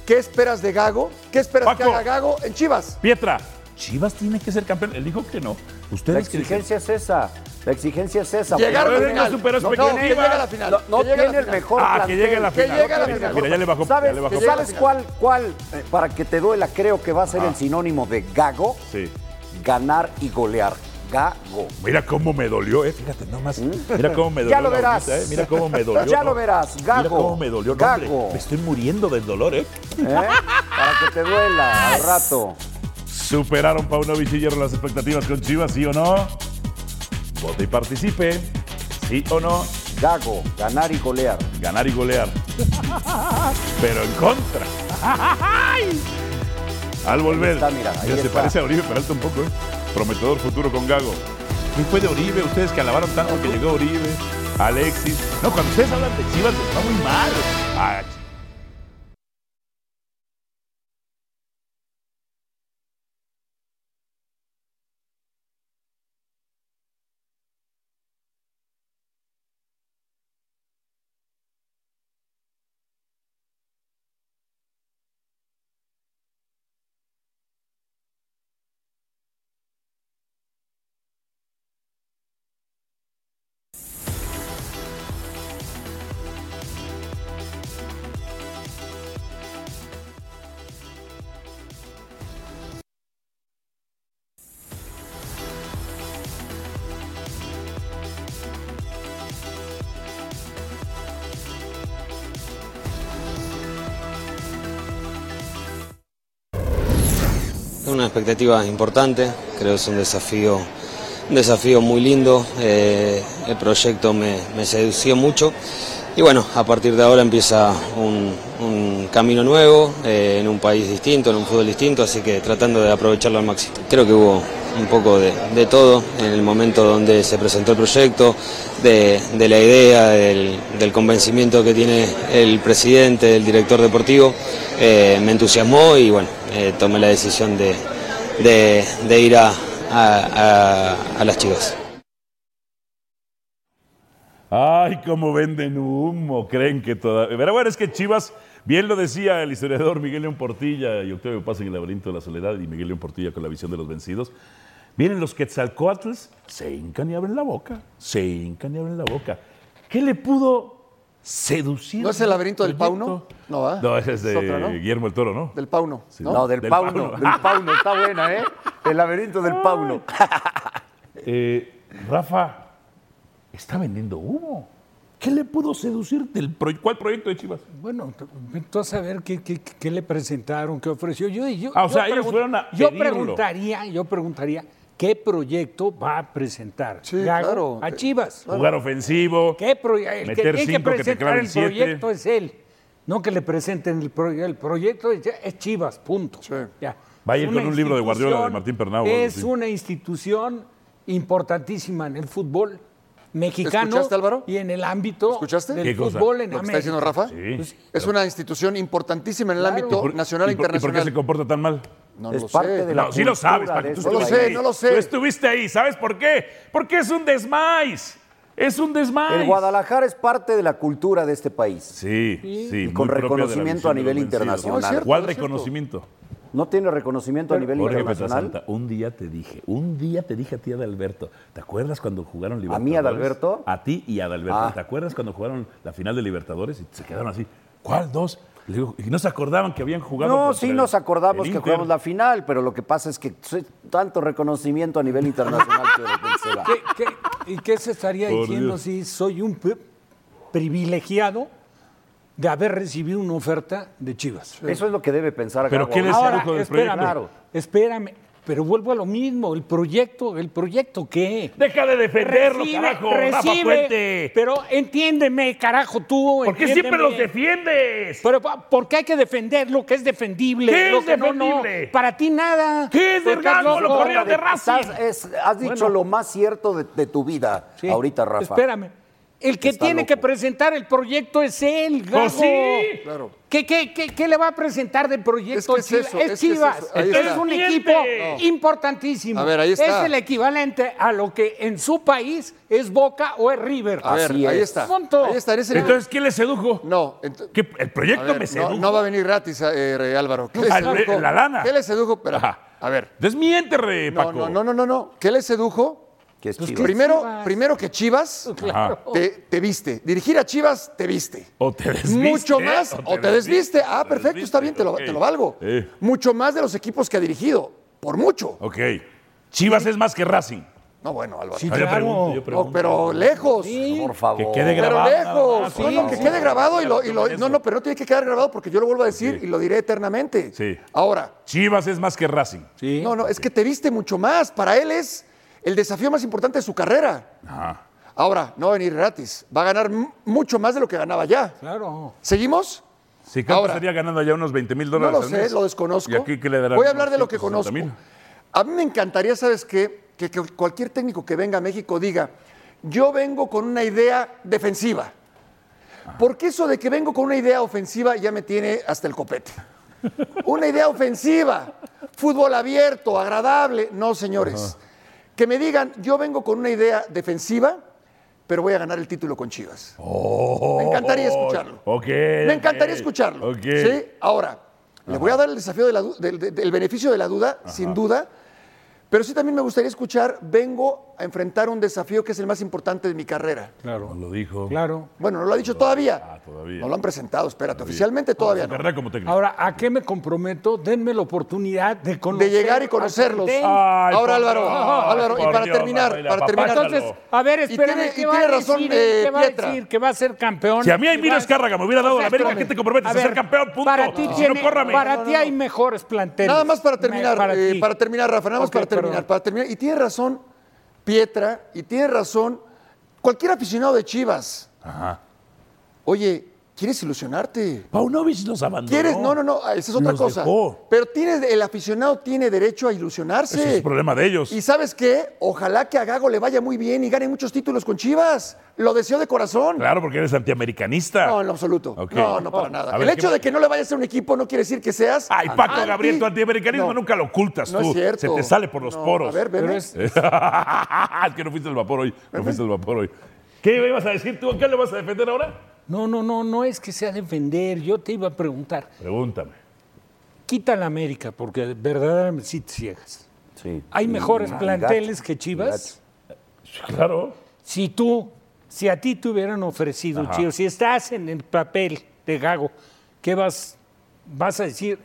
H: ¿Qué esperas de Gago? ¿Qué esperas que
G: Paco.
H: haga Gago en Chivas?
G: Pietra, Chivas tiene que ser campeón. Él dijo que no.
B: La
G: Ustedes que dijeron.
B: exigencia es esa. La exigencia es esa.
H: Llegar a la
G: Pero
H: final.
G: no superó
H: No, no, que llegue
G: expectativas.
H: a la final.
B: No, no
H: Ah, que llegue a la
B: tiene el
H: final.
B: mejor
G: Ah, que
B: plantel.
G: llegue a la
H: Que
G: final.
H: llegue a la final.
G: Mira, ya le bajó. ya
B: ¿Sabes,
G: le bajó.
H: llegue a la
B: ¿sabes
H: final.
B: cuál, cuál, eh, para que te duela, creo que va a ser el sinónimo de gago?
G: Ah. Sí.
B: Ganar y golear. Gago.
G: Mira cómo me dolió, eh. Fíjate nomás. Mira cómo me dolió.
B: ¿Mm? Ya lo
G: la
B: verás.
G: bolita, eh. Mira cómo me dolió.
B: Ya
G: ¿no?
B: lo verás. Gago.
G: Mira cómo me dolió. No, hombre,
B: Gago.
G: me estoy muriendo del dolor, eh.
B: ¿eh? Para que te duela al
G: <laughs>
B: rato.
G: ¿Superaron Paunovic y Hierro las expectativas con Chivas, sí o no? Vote y participe. Sí o no.
B: Gago. Ganar y golear.
G: Ganar y golear. Pero en contra. ¡Ay! Al volver.
B: está, mira, ahí
G: Mira, se
B: está.
G: parece a Oribe Peralta un poco, ¿eh? Prometedor futuro con Gago. ¿Qué fue de Oribe? Ustedes que alabaron tanto que llegó Oribe, Alexis. No, cuando ustedes hablan de Chivas, les va muy mal. Ah,
J: Una expectativa importante, creo que es un desafío, un desafío muy lindo, eh, el proyecto me, me sedució mucho y bueno, a partir de ahora empieza un, un camino nuevo, eh, en un país distinto, en un fútbol distinto, así que tratando de aprovecharlo al máximo. Creo que hubo un poco de, de todo en el momento donde se presentó el proyecto, de, de la idea, del, del convencimiento que tiene el presidente, el director deportivo, eh, me entusiasmó y bueno, eh, tomé la decisión de, de- de ir a, a- a- a las chivas.
G: Ay, cómo venden humo, creen que todavía. Pero bueno, es que Chivas, bien lo decía el historiador Miguel León Portilla y Octavio Paz en el laberinto de la soledad y Miguel León Portilla con la visión de los vencidos. Miren, los Quetzalcoatles se hincan y abren la boca, se hincan y abren la boca. ¿Qué le pudo seducir?
H: ¿No es el laberinto del
G: proyecto?
H: Pauno? No, ¿verdad?
G: No, ese es de
H: Es otra, ¿no?
G: Guillermo el Toro, ¿no?
H: Del Pauno.
G: Sí.
H: ¿no?
B: No, del,
G: Del
B: Pauno.
G: Pauno.
B: Del Pauno. Está buena, ¿eh? El laberinto del Pauno.
G: <laughs> Eh, Rafa, está vendiendo humo. ¿Qué le pudo seducir del proy- ¿Cuál proyecto de Chivas?
I: Bueno, t- entonces a ver qué, qué- qué le presentaron, qué ofreció. Yo, yo,
G: Ah, o
I: yo
G: sea, ellos
I: pregun-
G: fueron a
I: Yo
G: pedirlo.
I: preguntaría, yo preguntaría, ¿qué proyecto va a presentar
H: Sí,
I: Gago
H: claro.
I: a Chivas?
G: Jugar ofensivo.
I: ¿Qué proye- el que
G: Meter
I: tiene
G: cinco
I: que
G: que te
I: presentar
G: claven
I: el
G: siete.
I: proyecto es él, no que le presenten el, proye- el proyecto, es- es Chivas, punto.
H: Sí.
I: Ya.
G: Va a ir
I: Es
G: con
I: una
G: un libro de Guardiola de
I: institución-
G: Martín Pernau o algo
I: Es
G: así.
I: una institución importantísima en el fútbol mexicano
H: ¿Escuchaste, Álvaro?
I: y en
H: <laughs>
I: el ámbito
H: ¿Escuchaste?
I: del
G: ¿Qué cosa?
I: fútbol
H: ¿Lo
I: en
H: que está
I: América.
H: diciendo Rafa?
G: Sí.
H: Pues, es una institución importantísima en el
I: Claro.
H: ámbito
I: ¿Y por-
H: nacional e
G: ¿Y por, y por qué se
H: internacional.
G: comporta tan mal?
H: No
B: Es
H: lo
B: parte
H: sé.
B: de la-
G: No, sí lo sabes,
B: cultura
G: Paco,
B: de
G: tú
B: este
G: estuviste
H: país.
G: ahí.
H: No lo sé, no lo sé.
G: Tú estuviste ahí, ¿sabes por qué? Porque es un desmais. Es un desmais.
B: El Guadalajara es parte de la cultura de este país.
G: Sí, sí.
B: Y con
G: muy propia de la
B: reconocimiento a
G: visión de los
B: nivel
G: vencidos.
B: internacional.
H: No, es cierto,
G: ¿Cuál
H: es cierto.
G: reconocimiento?
B: No tiene reconocimiento a nivel
G: Jorge
B: internacional.
G: Petrasanta, un día te dije, un día te dije a ti Adalberto, ¿te acuerdas cuando jugaron
B: ¿A
G: Libertadores?
B: mí, Adalberto?
G: A ti y a Adalberto.
B: Ah.
G: ¿Te acuerdas cuando jugaron la final de Libertadores y se quedaron así? ¿Cuál dos? Le digo, y no se acordaban que habían jugado.
B: No,
G: contra
B: sí
G: el-
B: nos acordamos
G: el
B: que
G: Inter.
B: jugamos la final, pero lo que pasa es que sí, tanto reconocimiento a nivel
I: <laughs>
B: internacional que de repente se va.
I: ¿Qué- qué- y qué se estaría
G: Por
I: diciendo
G: Dios.
I: si soy un pri- privilegiado de haber recibido una oferta de Chivas?
B: Eso es lo que debe pensar
G: Pero
B: Gago.
G: ¿qué les-
I: Ahora,
G: sedujo del
I: espérame,
B: proyecto.
I: espérame, pero vuelvo a lo mismo, el proyecto, el proyecto qué?
G: Deja de defenderlo,
I: Recibe,
G: carajo, Rafa
I: recibe,
G: Puente.
I: pero entiéndeme, carajo, tú.
G: ¿Por qué siempre los
I: defiendes?
G: defiendes?
I: Pero pa- ¿por qué hay que defender lo que es defendible?
G: ¿Qué
I: lo
G: es
I: que no, no?
G: defendible?
I: Para ti nada.
G: ¿Qué es
I: Porque
G: Vergano? Lo
I: loco.
G: corrieron de Racing.
B: Estás- es- has dicho lo más cierto de, de tu vida
I: Sí.
B: ahorita, Rafa.
I: Espérame. El que
K: Está
I: tiene
K: loco.
I: que presentar el proyecto es él, Gago.
G: ¿Oh,
K: Pues sí.
H: Claro.
I: ¿Qué, qué, qué, qué le va a presentar del proyecto
H: Es que es
I: Chivas?
H: eso,
I: Es
H: es que es
I: Chivas.
H: eso. Ahí
I: Es,
H: está.
I: un
H: Miente.
I: equipo
H: No.
I: importantísimo.
H: A ver, ahí está.
I: Es el equivalente a lo que en su país es Boca o es River.
H: A ver, ahí está.
I: Punto.
H: Ahí está, en ese-
I: Entonces,
G: ¿qué le sedujo?
H: No.
G: el
H: A
G: proyecto
H: ver,
G: me
H: no,
G: sedujo.
H: no va a venir gratis, eh, Rey Álvaro. ¿Qué le
G: Al-
H: sedujo?
G: la lana.
H: ¿Qué le sedujo? Pero, a ver.
G: Desmiente, Rey,
H: no,
G: Paco.
H: No, no, no, no, no. ¿Qué le sedujo?
B: Que es
H: Pues
G: Chivas.
H: primero,
G: Chivas.
H: primero que Chivas
G: Claro.
H: te, te viste. Dirigir a Chivas te viste.
G: O te desviste.
H: Mucho más. O te, desviste. Ah,
G: Te
H: perfecto, está
G: desviste,
H: bien, te lo,
G: ok.
H: te lo valgo.
G: Sí.
H: Mucho más de los equipos que ha dirigido. Por mucho.
G: Ok. Chivas es más que Racing.
H: No, bueno, Álvaro.
G: Sí, Ah, yo claro. pregunto, yo pregunto.
H: No, pero lejos.
B: Por favor.
G: Que quede grabado. Ah,
H: Pero lejos.
G: nada más,
H: no,
G: por
H: no,
G: favor.
H: que quede grabado y lo, y lo- No, no, pero no tiene que quedar grabado porque yo lo vuelvo a decir y lo diré eternamente.
G: Sí.
H: Ahora.
G: Chivas es más que Racing.
H: No, no, es que te viste mucho más. Para él es el desafío más importante de su carrera.
G: Ajá.
H: Ahora, no va a venir gratis. Va a ganar m- mucho más de lo que ganaba ya.
I: Claro.
H: ¿Seguimos?
G: Sí, ¿cuánto
H: Ahora.
G: estaría ganando allá unos 20 mil
H: No
G: dólares
H: lo
G: al
H: sé,
G: mes?
H: lo desconozco.
G: Y aquí que le darán
H: Voy a hablar
G: unos
H: de lo que conozco.
G: 160 mil.
H: A mí me encantaría, ¿sabes qué? Que, que cualquier técnico que venga a México diga, yo vengo con una idea defensiva. Porque eso de que vengo con una idea ofensiva ya me tiene hasta el
G: <laughs>
H: copete. Una idea ofensiva, fútbol abierto, agradable. No, señores. Que me digan, yo vengo con una idea defensiva, pero voy a ganar el título con Chivas.
G: Oh,
H: Me encantaría escucharlo.
G: Ok.
H: Me encantaría escucharlo.
G: Ok.
H: ¿sí? Ahora, le voy a dar el desafío de la du- del, del- del beneficio de la duda, sin duda, pero sí también me gustaría escuchar, vengo a enfrentar un desafío que es el más importante de mi carrera.
I: Claro.
G: lo dijo.
I: Claro.
H: Bueno, no lo ha dicho todavía.
G: Todavía.
H: No lo han presentado, espérate, oficialmente todavía no.
G: como técnico.
I: Ahora, ¿a qué me comprometo? Denme la oportunidad de conocer.
H: llegar y
I: a
H: conocerlos.
I: Centen.
H: Ay, Ahora, por Álvaro, Dios, Álvaro, y por para Dios, terminar, Manuel, para terminar.
I: Entonces, a ver,
H: Y
I: espérame,
H: tiene-
I: ¿qué
H: y
I: va
H: tiene
I: a
H: razón,
I: decir?
H: eh,
I: ¿Qué va a
H: Pietra.
I: decir? ¿Que va a ser campeón?
G: Si a mí
I: ¿Que
G: Aymiro
I: va a-
G: Escárraga me hubiera dado la América,
I: Espérame.
G: ¿qué te comprometes? A,
I: ver,
G: ser campeón, punto.
I: Para ti,
G: Si no,
I: tiene-
G: córrame.
I: para
G: No, no,
I: ti
G: no.
I: hay mejores planteles.
H: Nada más para
I: Me-
H: terminar, eh, para,
I: ti.
H: terminar, Rafa, nada más
I: Ok,
H: para terminar,
I: perdón.
H: para terminar. Y tiene razón Pietra, y tiene razón cualquier aficionado de Chivas.
G: Ajá.
H: Oye, ¿quieres ilusionarte?
G: Paunovic nos abandonó.
H: ¿Quieres? No, no, no, ah, esa es otra
G: Nos
H: cosa.
G: dejó.
H: Pero tienes, el aficionado tiene derecho a ilusionarse.
G: Ese es problema de ellos.
H: ¿Y sabes qué? Ojalá que a Gago le vaya muy bien y gane muchos títulos con Chivas. Lo deseo de corazón.
G: Claro, porque eres antiamericanista.
H: No, en lo absoluto.
G: Ok. Oh.
H: No, no para nada.
G: A ver,
H: el hecho
G: ¿qué-
H: de que no le vayas a un equipo no quiere decir que seas.
G: Ay, Paco
H: anti-
G: Gabriel, tu antiamericanismo
H: Ah, No.
G: nunca lo ocultas
H: No
G: tú.
H: es cierto.
G: Se te sale por los
H: No,
G: poros.
H: a ver, veme. Pero
G: <laughs> es... que no fuiste el vapor hoy. No fuiste el vapor hoy. ¿Qué ibas a decir tú? ¿A ¿Qué le vas a defender ahora?
I: No, no, no, no es que sea defender. Yo te iba a preguntar.
G: Pregúntame.
I: Quita la América, porque verdaderamente sí te ciegas.
B: Sí.
I: <laughs> Hay
B: Y-
I: mejores
B: y
I: planteles
B: gacho,
I: que Chivas.
G: <laughs> Claro.
I: Si tú, si a ti te hubieran ofrecido,
G: Ajá.
I: Chivas, si estás en el papel de Gago, ¿qué vas, vas a decir?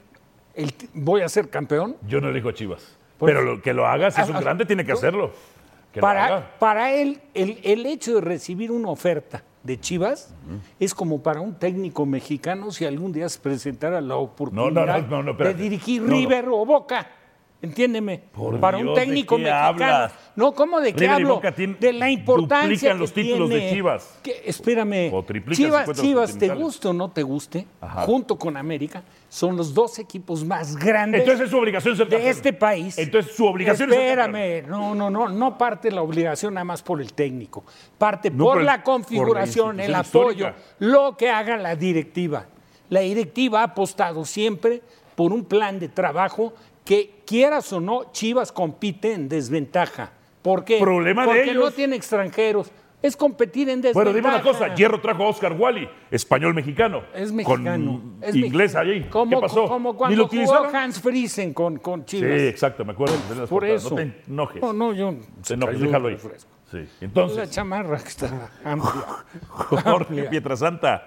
I: El- ¿Voy a ser campeón?
G: Yo no elijo a Chivas.
I: Pues-
G: Pero lo, que lo hagas es un
I: Ah,
G: grande, tiene que hacerlo. Que lo haga.
I: Para, para él, el, el hecho de recibir una oferta de Chivas es como para un técnico mexicano si algún día se presentara la oportunidad
G: no, no,
I: de
G: espérate.
I: dirigir
G: No, no.
I: River o Boca. Entiéndeme.
G: Por
I: para
G: Dios,
I: un
G: ¿de
I: técnico
G: qué
I: mexicano.
G: hablas?
I: No, ¿cómo de qué
G: River y
I: hablo?
G: Boca tienen-
I: de la importancia.
G: duplican
I: que
G: los títulos de
I: tiene-
G: Chivas.
I: que- espérame.
G: O triplican
I: Chivas,
G: 50
I: Chivas, te
G: continentales.
I: guste o no te guste,
G: Ajá.
I: junto con América, son los dos equipos más grandes
G: Entonces es su obligación ser
I: de
G: campeón.
I: este país.
G: Entonces su obligación es ser
I: Espérame, no, no, no, no parte la obligación nada más por el técnico, parte
G: No,
I: por,
G: por el-
I: la
G: por
I: configuración,
G: la
I: el
G: institución
I: apoyo,
G: histórica.
I: lo que haga la directiva. La directiva ha apostado siempre por un plan de trabajo que quieras o no, Chivas compite en desventaja. ¿Por qué?
G: Problema de
I: Porque no
G: ellos.
I: tiene extranjeros. Es competir en
G: Bueno,
I: desventaja.
G: dime una cosa. Hierro trajo a Oscar Wally, español mexicano.
I: Es mexicano.
G: Con
I: es
G: inglés
I: mexicano.
G: allí.
I: Como,
G: ¿Qué pasó?
I: Como
G: ¿Ni
I: cuando
G: lo
I: jugó
G: utilizaron?
I: Hans Friesen con, con
G: Sí,
I: Chivas.
G: exacto, me acuerdo. de las
I: Por
G: portadas.
I: eso.
G: No te enojes.
I: No, no, yo.
G: Te enojes,
I: Cayó
G: déjalo
I: el
G: ahí.
I: refresco.
G: Sí.
I: <laughs> la
G: Entonces,
I: chamarra que está amplia.
G: <laughs> Jorge Pietrasanta.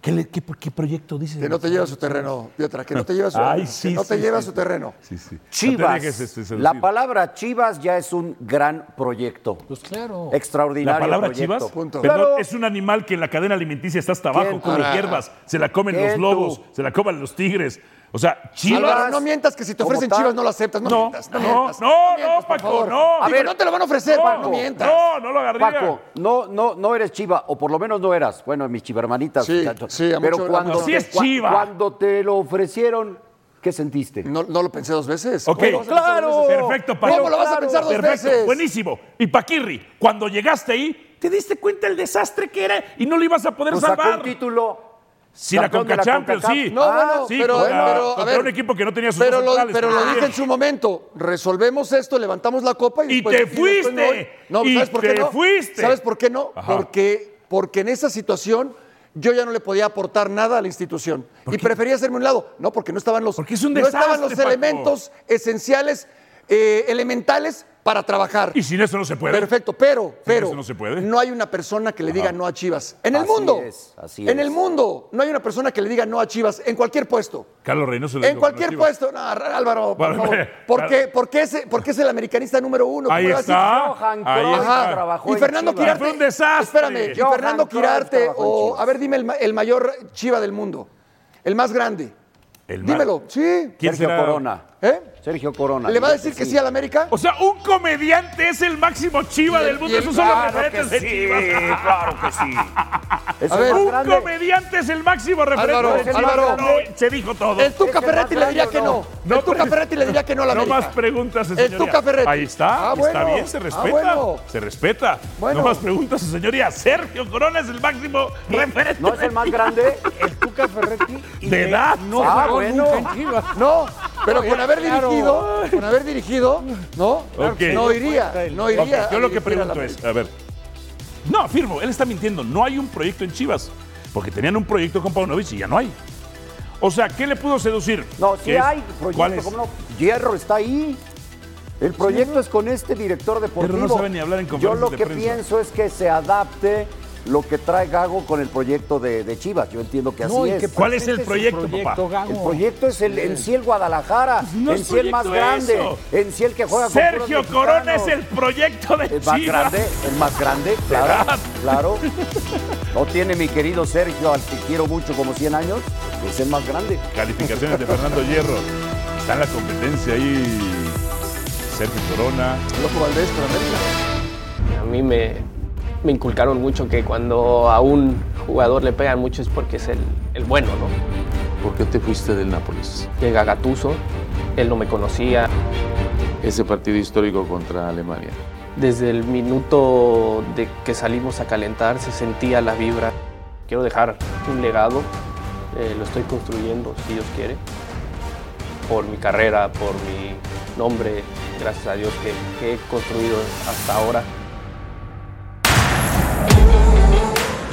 G: ¿Qué, le- qué- qué proyecto dices?
H: Que no te lleva a su terreno, Pietra, que no te lleva a su,
G: Ay,
H: que
G: sí,
H: no te
G: sí,
H: lleva a
G: sí.
H: su terreno.
G: Sí, sí. No te
B: Chivas.
G: dejes, este, seducir.
B: la palabra Chivas ya es un gran proyecto.
I: Pues claro.
B: Extraordinario
G: La palabra
B: proyecto.
G: chivas
H: Punto.
G: perdón,
B: Claro.
G: es un animal que en la cadena alimenticia está hasta abajo,
B: ¿Quién
G: como
H: tú?
G: hierbas. Se la comen los
B: ¿Quién
G: lobos,
B: tú?
G: se la comen los tigres. O sea,
H: Álvaro,
G: chivas.
H: no mientas que si te
B: ¿Cómo
H: ofrecen
B: está?
H: Chivas no lo aceptas. No,
G: No,
H: mientas, no,
G: no,
H: mientas,
G: no, no,
H: por
G: Paco,
H: favor.
G: no.
H: Digo,
G: A ver,
H: no te lo van a ofrecer,
G: no,
H: Paco, no mientas.
G: No, no lo agarría.
B: Paco, no, no, no eres chiva, o por lo menos no eras. Bueno, mis chivarmanitas.
H: Sí,
B: tanto.
H: sí, a
B: pero
H: mucho- a
B: cuando,
H: mucho-
G: Sí es
B: cua-
G: chiva.
B: cuando te lo ofrecieron, ¿Qué sentiste?
H: No, no lo pensé dos veces.
G: Ok,
H: No lo pensé dos veces.
G: perfecto, Paco.
H: ¿Cómo lo vas a pensar dos
G: Perfecto,
H: veces?
G: Buenísimo. Y Paquirri, cuando llegaste ahí, te diste cuenta el desastre que era y no lo ibas a poder
B: Nos Pues sacó
G: salvar.
B: un título.
G: Sí, la
B: campeón de
G: Conca
B: la
G: Champions,
B: CONCACAF.
G: sí. Ah,
H: No, bueno,
G: sí,
H: pero,
G: contra-
H: pero, a
G: contra
H: ver,
G: un equipo que no tenía sus
H: pero
G: dos
H: lo,
G: centrales.
H: pero lo
G: Ah.
H: dije en su momento. Resolvemos esto, levantamos la copa y,
G: Y
H: después-
G: te
H: después
G: fuiste,
H: me voy. No,
G: y
H: ¿sabes por qué
G: te
H: no?
G: fuiste.
H: ¿Sabes por qué no?
G: Ajá.
H: Porque, porque en esa situación yo ya no le podía aportar nada a la institución. Y prefería hacerme un lado. No, porque no estaban los,
G: es un
H: no estaban
G: desastre,
H: los
G: Paco.
H: elementos esenciales, eh, elementales para trabajar.
G: Y sin eso no se puede.
H: Perfecto, pero, pero
G: eso no se puede.
H: hay una persona que le diga no a Chivas. En el
B: Así
H: mundo.
B: es, así
H: en
B: es.
H: el mundo no hay una persona que le diga no a Chivas en cualquier puesto.
G: Carlos Reynoso le
H: En
G: dijo,
H: cualquier
G: bueno, Chivas.
H: puesto, no, Álvaro, por
G: Bueno, <laughs>
H: favor.
G: claro.
H: ¿Por qué, por qué es, por qué es el americanista número uno?
G: Ahí
H: ¿Cómo le vas a
G: está.
H: decir?
B: Johan
G: ahí
B: Cruyff
H: Ajá.
B: trabajó
H: Y
B: en
H: Fernando
B: Chivas.
H: Quirarte.
G: Fue un desastre.
H: Espérame, y
B: Johan
H: Fernando
B: Cruyff
H: Quirarte,
B: trabajó en
H: o
B: Chivas.
H: a ver, dime el, ma- el mayor chiva del mundo. El más grande.
G: El mal.
H: Dímelo, sí.
G: ¿Quién
B: Sergio
G: será?
B: Corona.
H: ¿Eh?
B: Sergio Corona.
H: ¿Le va a
B: dijo
H: decir que sí
B: a
H: al América?
G: O sea, un comediante es el máximo chiva
H: Y el-
G: del mundo.
H: y el-
G: Esos son los
H: claro
G: referentes de Chivas.
H: <laughs>
K: claro que sí.
B: Es
H: A
B: el
H: ver.
B: más
G: Un
B: grande.
G: comediante es el máximo referente
H: Álvaro,
G: de Chivas.
H: Álvaro.
G: No, se dijo todo.
H: El Tuca
B: ¿Es el más
H: Ferretti le diría
B: grande
H: que
B: o no?
H: no. El Tuca
G: pero-
H: Ferretti le diría que no a la
G: pues, No
H: América.
G: más preguntas,
H: El
G: señoría.
H: Tuca Ferretti.
G: Ahí está,
H: Ah,
G: está
H: bueno,
G: bien, se
H: ah,
G: respeta.
H: bueno.
G: Se respeta.
H: Bueno.
G: No más preguntas, señoría. Sergio Corona es el máximo referente.
B: ¿No es el más grande?
I: El Tuca Ferretti y
G: De
I: que
G: edad.
I: no
B: Ah,
I: jugó
B: bueno.
I: nunca en Chivas.
H: No, pero con haber
I: claro.
H: dirigido, con haber dirigido, no,
G: Ok.
H: no iría, no
G: Ok,
H: iría. a
G: yo lo que
H: dirigir a la
G: pregunto
H: América.
G: es, a ver. No, afirmo, él está mintiendo. No hay un proyecto en Chivas. Porque tenían un proyecto con Paunovic y ya no hay. O sea, ¿qué le pudo seducir?
B: No, sí
G: ¿Qué es?
B: hay proyecto.
G: ¿Cuál es?
B: ¿cómo no? Hierro está ahí. El proyecto es con este director deportivo.
G: Pero no sabe ni hablar en
B: Yo
G: conferencias
B: lo
G: de
B: que
G: prensa.
B: pienso es que se adapte lo que trae Gago con el proyecto de, de Chivas. Yo entiendo que así
I: No, y
B: es.
I: que
G: ¿Cuál es el
I: presente su
G: proyecto, papá? Pues
I: Gago.
B: El proyecto es el, en sí el Guadalajara,
G: no
B: en
G: es
B: sí el más
G: proyecto
B: grande,
G: eso.
B: en sí el que juega con
G: Sergio
B: puros
G: Corona es
B: mexicanos.
G: el proyecto de
B: El más
G: Chivas.
B: grande, el más grande, claro, claro. No tiene mi querido Sergio, al que quiero mucho como 100 años, es el más grande.
G: Calificaciones de Fernando Hierro. Está en la competencia ahí. Sergio Corona.
H: Loco Valdés con América.
K: A mí me, me inculcaron mucho que cuando a un jugador le pegan mucho es porque es el, el bueno, ¿no?
L: ¿Por qué te fuiste del Nápoles?
K: Llega Gatuso, él no me conocía.
L: Ese partido histórico contra Alemania.
K: Desde el minuto de que salimos a calentar se sentía la vibra. Quiero dejar un legado, eh, lo estoy construyendo, si Dios quiere, por mi carrera, por mi nombre, gracias a Dios que, que he construido hasta ahora.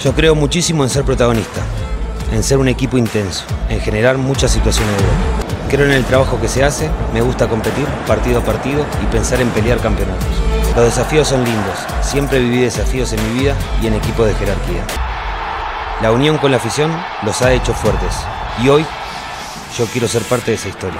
J: Yo creo muchísimo en ser protagonista, en ser un equipo intenso, en generar muchas situaciones de gol. Creo en el trabajo que se hace, me gusta competir partido a partido y pensar en pelear campeonatos. Los desafíos son lindos, siempre viví desafíos en mi vida y en equipos de jerarquía. La unión con la afición los ha hecho fuertes y hoy yo quiero ser parte de esa historia.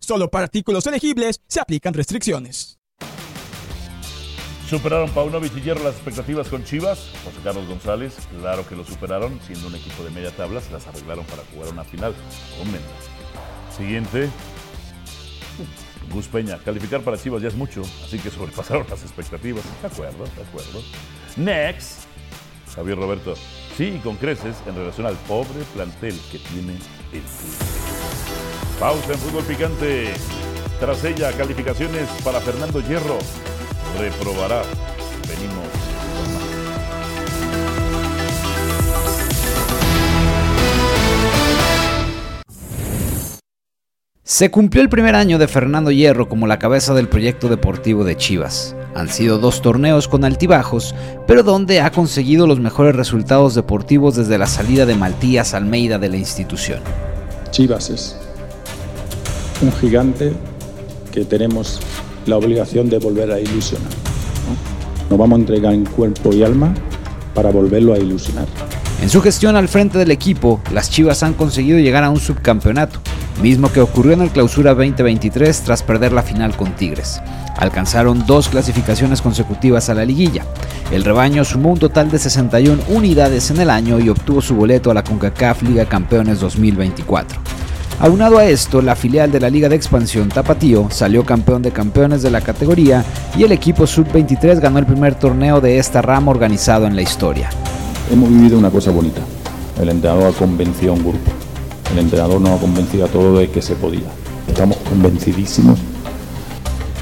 M: Solo para artículos elegibles se aplican restricciones.
G: ¿Superaron Paunovic y Hierro las expectativas con Chivas? José Carlos González, claro que lo superaron, siendo un equipo de media tabla, se las arreglaron para jugar una final. Hombre. Siguiente. Gus Peña, calificar para Chivas ya es mucho, así que sobrepasaron las expectativas. De acuerdo, de acuerdo. Next. Javier Roberto, sí, y con creces en relación al pobre plantel que tiene el club. Pausa en fútbol picante. Tras ella, calificaciones para Fernando Hierro. Reprobará. Venimos.
N: Se cumplió el primer año de Fernando Hierro como la cabeza del proyecto deportivo de Chivas. Han sido dos torneos con altibajos, pero donde ha conseguido los mejores resultados deportivos desde la salida de Maltías Almeida de la institución.
O: Chivas es un gigante que tenemos la obligación de volver a ilusionar. ¿no? Nos vamos a entregar en cuerpo y alma para volverlo a ilusionar.
N: En su gestión al frente del equipo, las Chivas han conseguido llegar a un subcampeonato, mismo que ocurrió en el Clausura 2023 tras perder la final con Tigres. Alcanzaron dos clasificaciones consecutivas a la liguilla. El rebaño sumó un total de 61 unidades en el año y obtuvo su boleto a la CONCACAF Liga Campeones 2024. Aunado a esto, la filial de la Liga de Expansión Tapatío salió campeón de campeones de la categoría y el equipo sub-23 ganó el primer torneo de esta rama organizado en la historia.
O: Hemos vivido una cosa bonita. El entrenador ha convencido a un grupo. El entrenador nos ha convencido a todos de que se podía. Estamos convencidísimos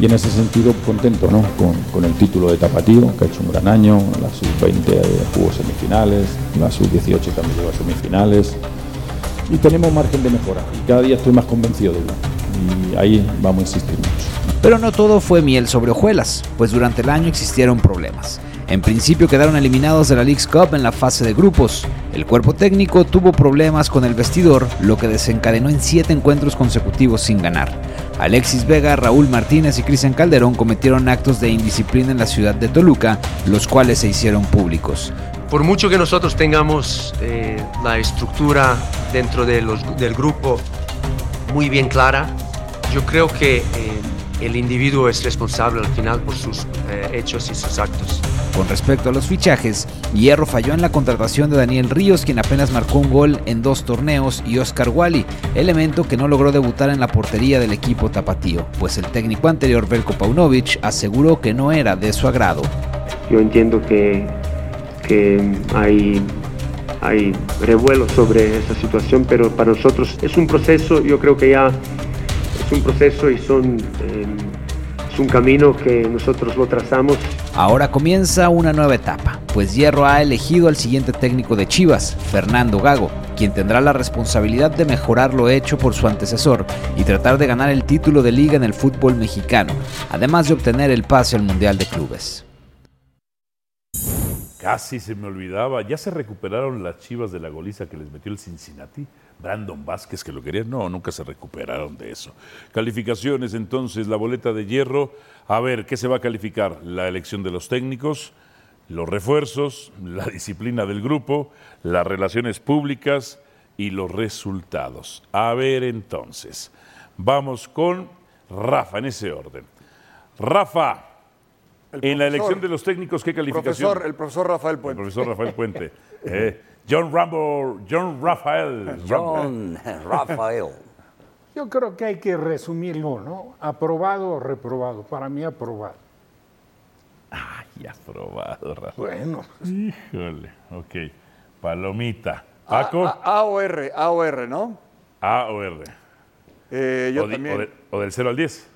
O: y en ese sentido contento ¿no? con, con el título de Tapatío, que ha hecho un gran año. La sub-20 jugó semifinales, la sub-18 también llegó a semifinales y tenemos margen de mejora. Y cada día estoy más convencido de ello. Y ahí vamos a insistir mucho.
N: Pero no todo fue miel sobre hojuelas, pues durante el año existieron problemas. En principio quedaron eliminados de la League's Cup en la fase de grupos. El cuerpo técnico tuvo problemas con el vestidor, lo que desencadenó en siete encuentros consecutivos sin ganar. Alexis Vega, Raúl Martínez y Cristian Calderón cometieron actos de indisciplina en la ciudad de Toluca, los cuales se hicieron públicos.
C: Por mucho que nosotros tengamos eh, la estructura dentro de los- del grupo muy bien clara, yo creo que eh, el individuo es responsable al final por sus eh, hechos y sus actos.
N: Con respecto a los fichajes, Hierro falló en la contratación de Daniel Ríos, quien apenas marcó un gol en dos torneos, y Oscar Wally, elemento que no logró debutar en la portería del equipo tapatío, pues el técnico anterior Belko Paunovic aseguró que no era de su agrado.
P: Yo entiendo que, que hay, hay revuelo sobre esa situación, pero para nosotros es un proceso, yo creo que ya es un proceso y son, eh, es un camino que nosotros lo trazamos.
N: Ahora comienza una nueva etapa, pues Hierro ha elegido al siguiente técnico de Chivas, Fernando Gago, quien tendrá la responsabilidad de mejorar lo hecho por su antecesor y tratar de ganar el título de liga en el fútbol mexicano, además de obtener el pase al Mundial de Clubes.
G: Casi se me olvidaba. ¿Ya se recuperaron las chivas de la goliza que les metió el Cincinnati? Brandon Vázquez, que lo quería. No, nunca se recuperaron de eso. Calificaciones, entonces, la boleta de hierro. A ver, ¿qué se va a calificar? La elección de los técnicos, los refuerzos, la disciplina del grupo, las relaciones públicas y los resultados. A ver, entonces. Vamos con Rafa, en ese orden. Rafa, en la elección de los técnicos, ¿qué calificación?
H: Profesor, el profesor Rafael Puente.
G: El profesor Rafael Puente.
H: <laughs>
G: Eh, John Rambo, John Rafael.
Q: John Rafael.
I: Yo creo que hay que resumirlo, ¿no? ¿Aprobado o reprobado? Para mí, aprobado.
G: Ay, <laughs> aprobado, Rafael.
I: Bueno.
G: Híjole, ok. Palomita.
H: A-
G: Paco,
H: a- AOR, AOR, ¿no?
G: A o R.
H: eh, yo
G: o, di-
H: también.
G: o de- o del 0 al 10.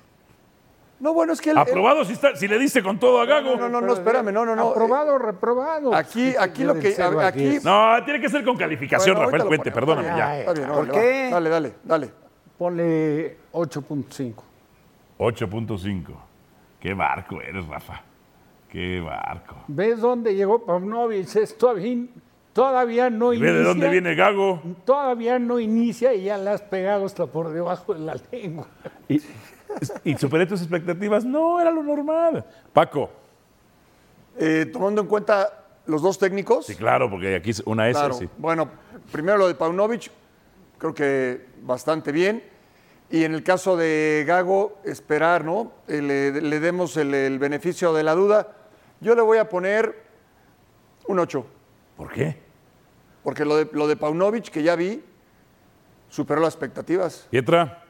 H: No, bueno, es que el- el-
G: Aprobado si, está- si le diste con todo a Gago.
H: No, no, no, espérame, no, no, no.
I: ¿Aprobado o reprobado?
H: Aquí, aquí lo que. a- Aquí.
G: No, Ah, tiene que ser con calificación,
H: Bueno, ahorita
G: Rafael
H: lo
G: Puente,
H: ponemos.
G: perdóname
I: Ah,
G: ya.
I: está bien,
H: ¿Por
I: órale,
H: qué?
I: va.
H: Dale, dale, dale.
I: Ponle 8.5.
G: 8.5. Qué barco eres, Rafa. Qué barco.
I: ¿Ves dónde llegó Pavlovich? Es todavía, todavía no
G: ¿Y
I: inicia.
G: ve de dónde viene Gago?
I: Todavía no inicia y ya la has pegado hasta por debajo de la lengua.
G: Y, y superé tus expectativas. No, era lo normal. Paco.
H: Eh, tomando en cuenta los dos técnicos.
G: Sí, claro, porque aquí es una S.
H: Claro.
G: sí.
H: Bueno, primero lo de Paunovic, creo que bastante bien. Y en el caso de Gago, esperar, ¿no? Eh, Le, le demos el, el beneficio de la duda. Yo le voy a poner un 8,
G: ¿Por qué?
H: porque lo de, lo de Paunovic, que ya vi, superó las expectativas.
G: Pietra.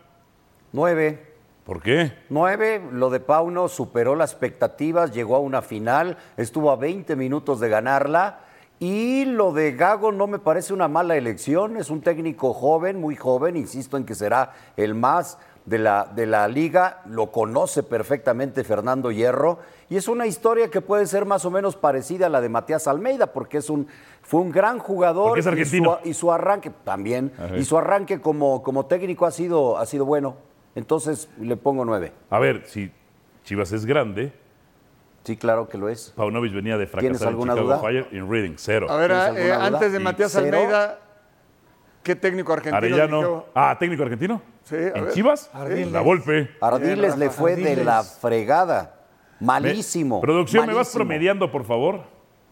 B: 9.
G: ¿Por qué?
B: 9. Lo de Pauno superó las expectativas, llegó a una final, estuvo a 20 minutos de ganarla. Y lo de Gago no me parece una mala elección, es un técnico joven, muy joven, insisto en que será el más de la, de la liga, lo conoce perfectamente Fernando Hierro y es una historia que puede ser más o menos parecida a la de Matías Almeida porque es un, fue un gran jugador
G: Porque es
B: y,
G: argentino.
B: su, y su arranque también,
G: Ajá.
B: y su arranque como, como técnico ha sido, ha sido bueno. Entonces le pongo nueve.
G: A ver, si Chivas es grande.
B: Sí, claro que lo es.
G: Paunovic venía de fracasar
B: ¿Tienes
G: en
B: alguna
G: Chicago
B: duda?
G: Fire en Reading, cero.
H: A ver, eh,
B: alguna duda?
H: antes de
B: Y
H: Matías
B: cero.
H: Almeida, ¿qué técnico argentino?
G: Arellano.
H: dirigió?
G: Ah, técnico argentino.
H: Sí, a
G: ¿En
H: ver.
G: Chivas?
H: Ardiles.
G: La Volpe.
B: Ardiles le fue de la fregada. Malísimo.
G: Me- producción, ¿me vas
H: Malísimo.
G: promediando, por favor?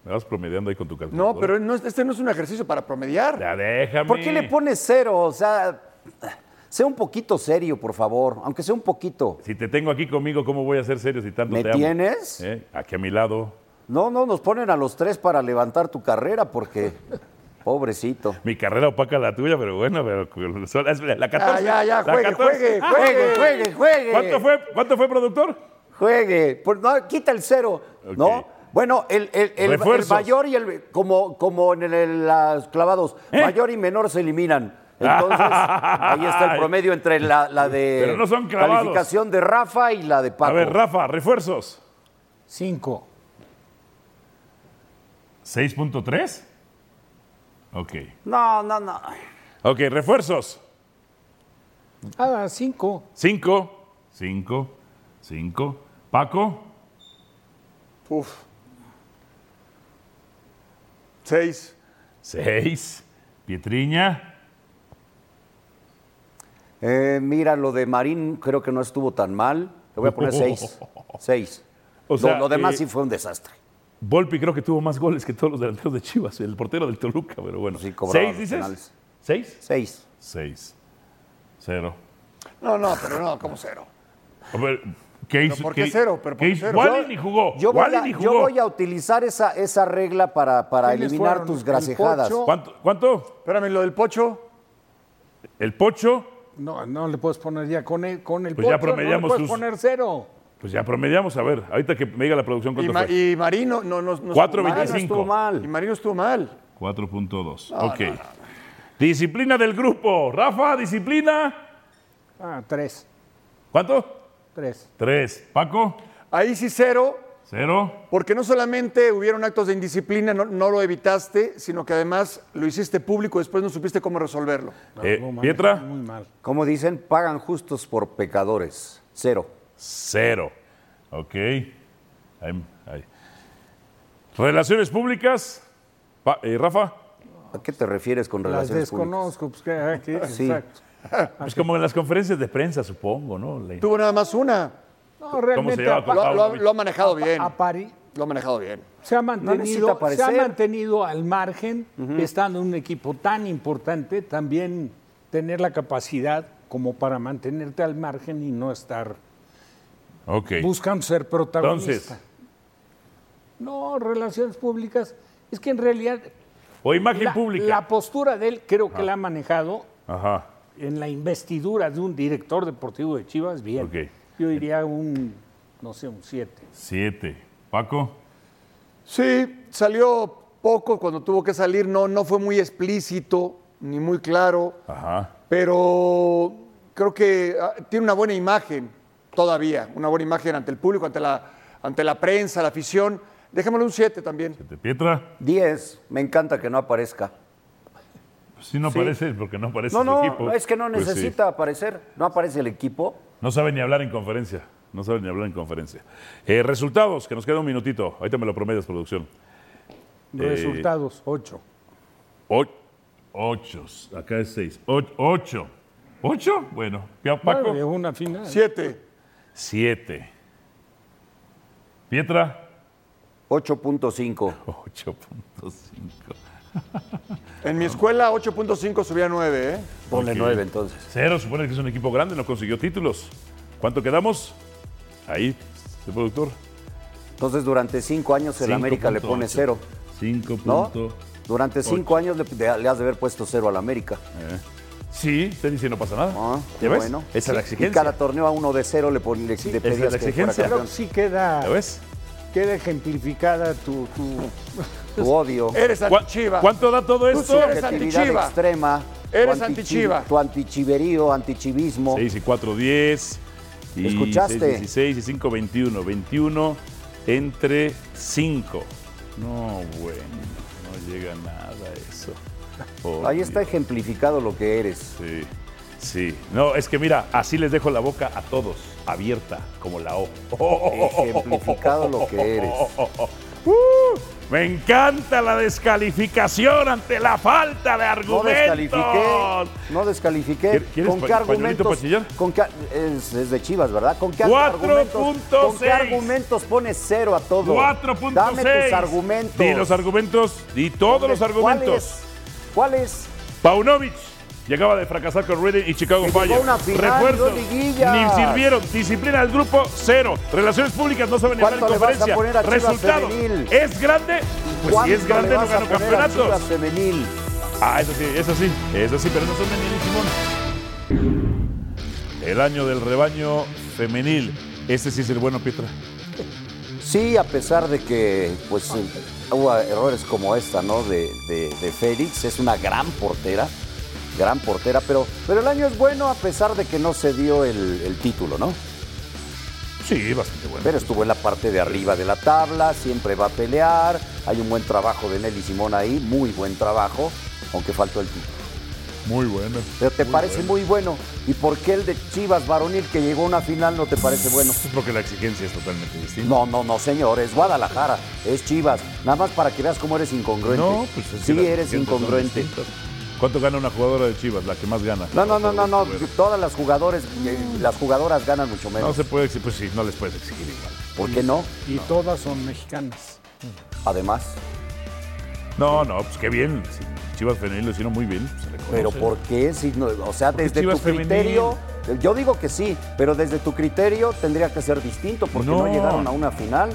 G: Me vas promediando ahí con tu calculadora.
H: No, pero no es- este no es un ejercicio para promediar.
G: Ya, déjame.
B: ¿Por qué le pones cero? O sea, sea un poquito serio, por favor. Aunque sea un poquito.
G: Si te tengo aquí conmigo, ¿cómo voy a ser serio si tanto
B: ¿Me
G: te amo?
B: tienes?
G: ¿Eh? Aquí a mi lado.
B: No, no, nos ponen a los tres para levantar tu carrera
G: <laughs>
B: porque. Pobrecito.
G: Mi carrera opaca la tuya, pero bueno, pero con- son- es- la 14.
B: Ah, ya, ya,
G: la Ah,
B: juegue, juegue, juegue, juegue, juegue.
G: ¿Cuánto fue, cuánto fue productor?
B: Juegue. Por- no, quita el cero. ¿No? Bueno, el, el, el- el
G: Refuerzos.
B: mayor y el. Como, como en el- el- las clavados,
G: ¿Eh?
B: mayor y menor se eliminan.
G: Ah.
B: Entonces, ahí está el promedio entre la, la de
G: <laughs> Pero no son clavados.
B: calificación de Rafa y la de Paco.
G: A ver, Rafa, refuerzos.
I: 5.
G: 6.3. Ok.
B: No, no, no.
G: Ok, refuerzos.
I: Ah, 5.
G: 5, 5, 5. Paco,
H: Uf. Seis.
G: 6. Pietriña,
B: Eh, mira, lo de Marín creo que no estuvo tan mal. Le voy a poner
G: <laughs>
B: seis. Seis.
G: O
B: Lo-
G: sea,
B: lo, demás
G: eh,
B: sí fue un desastre.
G: Volpi creo que tuvo más goles que todos los delanteros de Chivas, el portero del Toluca, pero bueno. Sí,
B: cobraba
G: ¿Seis
B: los
G: dices?
B: penales.
G: ¿Seis?
B: Seis.
G: Seis. Cero.
H: No, no, pero no, como cero.
G: A ver, ¿qué hizo?
H: por qué cero? Pero por qué
G: hizo?
H: cero.
G: Wally
H: Yo-
G: ni jugó.
B: Yo voy,
G: Wally
B: a,
G: ni
B: yo
G: jugó.
B: voy a utilizar esa, esa regla para, para
H: ¿Quiénes
B: eliminar
H: fueron?
B: tus
H: ¿El
B: grasejadas.
H: Pocho?
G: ¿Cuánto? ¿Cuánto?
H: Espérame, lo del pocho.
G: ¿El Pocho?
I: No, no le puedes poner ya con el, con el
G: Pues ya
I: Pocho, no le
G: promediamos
I: puedes
G: sus-
I: poner cero.
G: Pues ya promediamos, a ver, ahorita que me diga la producción
H: Y,
G: cuánto
H: Ma-
G: fue.
H: y Marino no, no, no
G: Cuatro
H: estuvo mal.
G: veinticinco.
H: No estuvo mal. Y Marino estuvo mal.
G: 4.2.
H: No,
G: ok.
H: no, no, no.
G: Disciplina del grupo. Rafa, disciplina.
I: Ah, 3.
G: ¿Cuánto?
I: 3.
G: 3. Paco,
H: Ahí sí cero,
G: 0.
H: porque no solamente hubieron actos de indisciplina, no, no lo evitaste, sino que además lo hiciste público, después no supiste cómo resolverlo.
G: Eh, Pietra.
I: Muy mal.
B: Como dicen, pagan justos por pecadores. Cero.
G: Cero. Ok. Ahí- ahí. Relaciones públicas. Pa- eh, Rafa.
B: ¿A qué te refieres con
I: Las
B: relaciones
G: <laughs>
B: públicas?
I: desconozco. Pues, que- ah, que-
B: Sí.
I: Exacto.
G: Pues como en las conferencias de prensa, supongo, ¿no? Le-
H: Tuvo nada más una.
I: No, realmente
G: lleva
I: apa-
G: con
H: Lo, lo-
G: Pavlovich.
H: lo ha manejado bien.
I: a pari
H: Lo ha manejado bien.
I: se ha
B: necesita
I: mantenido, se ha
B: aparecer.
I: mantenido al margen, estando en un equipo tan importante, también tener la capacidad como para mantenerte al margen y no estar
G: Ok.
I: buscando ser protagonista.
G: Entonces,
I: No, relaciones públicas. Es que en realidad
G: o imagen
I: la,
G: pública. Ah.
I: la postura de él creo que la ha manejado
G: Ajá.
I: en la investidura de un director deportivo de Chivas bien.
G: Ok.
I: Yo diría un, no sé, un 7.
G: Siete. Paco.
H: Sí, salió poco cuando tuvo que salir, no, no fue muy explícito ni muy claro,
G: Ajá.
H: pero creo que ah, tiene una buena imagen todavía, una buena imagen ante el público, ante la, ante la prensa, la afición. Dejémosle un 7 también.
G: De Pietra.
B: Diez. Me encanta que no aparezca.
G: Pues sí, no
B: Sí.
G: aparece, porque no aparece
B: No,
G: su
B: no,
G: equipo.
B: es que no
G: Pues sí.
B: necesita aparecer. No aparece el equipo.
G: No saben ni hablar en conferencia. No saben ni hablar en conferencia. Eh, resultados, que nos queda un minutito. Ahorita me lo promedias, producción. Eh,
I: Resultados, 8.
G: O- ocho. Acá es seis. O- ocho. ¿Ocho? Bueno. Ya, Paco.
I: Nueve, una final.
H: 7.
G: Siete. Pietra. <laughs>
B: 8.5.
G: 8.5.
H: En mi escuela 8.5 subía 9, ¿eh?
B: Ponle
G: Ok.
B: nueve entonces.
G: Cero, supone que es un equipo grande, no consiguió títulos. ¿Cuánto quedamos? Ahí, el productor.
B: Entonces, durante cinco años el América le pone cero.
G: 5.
B: ¿No? Durante cinco años le, de- le has de haber puesto cero al América.
G: Eh.
B: Ah,
G: Sí, usted dice no pasa nada.
B: Qué
G: ¿Ya ves?
B: bueno.
G: Esa es la
B: Y
G: exigencia.
B: cada torneo a uno de cero le, pon- le- le
G: esa es
B: pedías
G: la
B: que fuera
G: exigencia.
I: Creo que
B: campeón.
I: sí queda,
G: ¿Ya ves?
I: queda ejemplificada tu, tu-
B: Tu odio.
H: Eres
G: ¿Cuá-
H: antichiva.
G: ¿Cuánto da todo
H: Tú sí
G: esto?
H: eres
B: Actividad
H: antichiva.
B: extrema. tu
H: Eres
B: antichi-
H: antichiva.
B: Tu antichiverío, antichivismo.
G: 6 y 4, 10. Y
B: ¿Escuchaste?
G: 6, 16 y 5, 21. 21 entre 5. No, bueno, no llega nada a eso. Por
B: Ahí está
G: Dios.
B: ejemplificado lo que eres.
G: Sí. Sí. No, es que mira, así les dejo la boca a todos, abierta, como la O.
B: Ejemplificado lo que eres.
G: <laughs> Uh, me encanta la descalificación ante la falta de
B: No
G: argumentos.
B: descalifiqué, no descalifiqué.
G: ¿Qui- quieres
B: ¿Con
G: pa-
B: qué
G: pañuelito
B: argumentos?
G: pastillero?
B: Con qué, es, es de Chivas, ¿verdad? ¿Con qué argumentos? ¿Con qué
G: 4.6.
B: argumentos pones cero a todo?
G: 4.6.
B: Dame tus argumentos.
G: Di los argumentos. Di todos los argumentos.
B: ¿Cuáles?
G: Paunovic llegaba de fracasar con Reading y Chicago
B: Que llegó
G: Fire.
B: a una final,
G: Refuerzos.
B: dos liguillas.
G: Ni sirvieron. Disciplina del grupo, cero. Relaciones públicas no saben hablar en
B: ¿Cuánto le vas a
G: conferencia.
B: poner a Chivas
G: Resultado.
B: femenil?
G: ¿Es grande? Pues si
B: ¿Cuánto
G: es grande,
B: le
G: no
B: vas a
G: ganó
B: poner a
G: campeonatos.
B: Chivas femenil?
G: Ah, eso sí, eso sí, eso sí, pero no son femenil, Simón. El año del rebaño femenil. Ese sí es el bueno, Pietra.
B: Sí, a pesar de que pues eh, hubo errores como esta, ¿no? De, de, de Félix, es una gran portera, gran portera, pero, pero el año es bueno a pesar de que no se dio el, el título, ¿no?
G: Sí, bastante bueno.
B: Pero estuvo en la parte de arriba de la tabla, siempre va a pelear, hay un buen trabajo de Nelly Simón ahí, muy buen trabajo, aunque faltó el título.
G: Muy bueno.
B: Pero te
G: Muy
B: parece
G: bueno.
B: muy bueno. ¿Y por qué el de Chivas varonil que llegó a una final no te parece bueno?
G: Porque la exigencia es totalmente distinta.
B: No, no, no, señor, es Guadalajara, es Chivas. Nada más para que veas cómo eres incongruente.
G: No, pues es que
B: sí
G: las
B: eres
G: exigencias son
B: incongruente.
G: distintas. ¿Cuánto gana una jugadora de Chivas? La que más gana.
B: No, no, no, no, no. Todas las jugadores, eh, las jugadoras ganan mucho menos.
G: Pues, No se puede exigir, pues sí, no les puedes exigir igual.
B: ¿Por qué no?
I: Y todas son mexicanas.
B: Además.
G: No, no, pues qué bien. Sí, Chivas Femenil lo hicieron muy bien. se reconoce.
B: Pero ¿por qué? Si no- o sea,
G: Porque
B: desde tu
G: Chivas femenil.
B: criterio, yo digo que sí, pero desde tu criterio tendría que ser distinto porque no,
G: No.
B: llegaron a una final.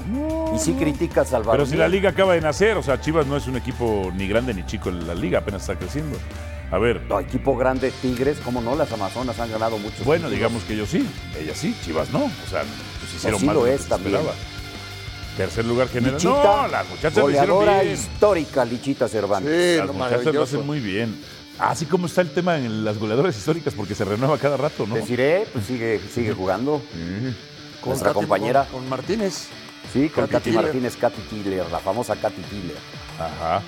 B: y sí criticas al
G: Pero
B: varonil.
G: si la liga acaba de nacer, o sea, Chivas no es un equipo ni grande ni chico en la liga, apenas está creciendo. A ver.
B: No, equipo grande, Tigres, como no, las Amazonas han ganado muchos.
G: Bueno,
B: títulos.
G: digamos que ellos sí, ellas sí, Chivas no. O sea, pues hicieron
B: sí
G: más
B: lo
G: de lo
B: es
G: que se
B: también.
G: esperaba. Tercer lugar general.
B: Lichita,
G: no, las muchachas lo hicieron
B: goleadora
G: bien.
B: histórica, Lichita Cervantes.
G: las muchachas lo hacen muy bien. Así como está el tema en las goleadoras históricas, porque se renueva cada rato, ¿no?
B: Desiree pues, sigue, sigue jugando.
H: Con
B: Nuestra
H: Katy-
B: compañera.
H: Con, con Martínez.
B: Sí, con
H: Katy
B: Katy
H: Tiller.
B: Martínez, Katy Tiller, la famosa Katy Tiller.
G: Ajá. Ah.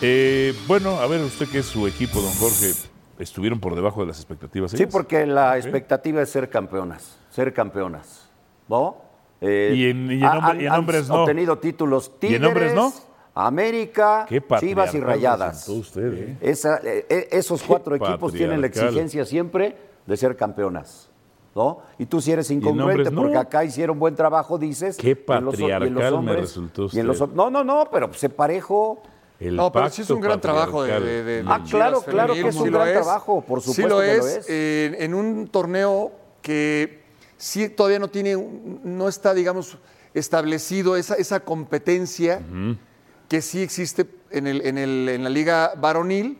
G: Eh, bueno, a ver, usted que es su equipo, don Jorge, estuvieron por debajo de las expectativas.
B: Sí,
G: ellas?
B: porque la
G: Ok.
B: expectativa es ser campeonas, ser campeonas, ¿no? Eh,
G: Y en- y en
B: ha-
G: hombre-
B: han-
G: y en
B: han
G: hombres no.
B: obtenido títulos
G: ¿Y
B: Tigres,
G: en hombres no?
B: América,
G: Qué
B: Chivas y
G: patriarcal
B: Rayadas.
G: presentó usted, ¿eh?
B: Esa- eh, eh, esos cuatro equipos tienen la
G: patriarcal.
B: exigencia siempre de ser campeonas, ¿no? Y tú si eres incongruente
G: hombres no?
B: porque acá hicieron buen trabajo, dices.
G: Qué
B: y en los- y en los
G: patriarcal me
B: hombres-
G: resultó
B: y en los
G: usted.
B: hom- no, no, no, pero se parejo.
G: El
H: no, pero sí es
G: pacto
H: un gran trabajo de,
G: patriarcal.
H: de- de- de
B: Ah,
H: Chivas
B: claro, claro que
H: femenil,
B: es un
H: sí lo
B: gran trabajo, por
H: Sí
B: supuesto
H: lo
B: que
H: es.
B: lo es.
H: eh, en un torneo que sí todavía no tiene, un- no está, digamos, establecido esa, esa competencia que sí existe en, el- en el- en la liga varonil,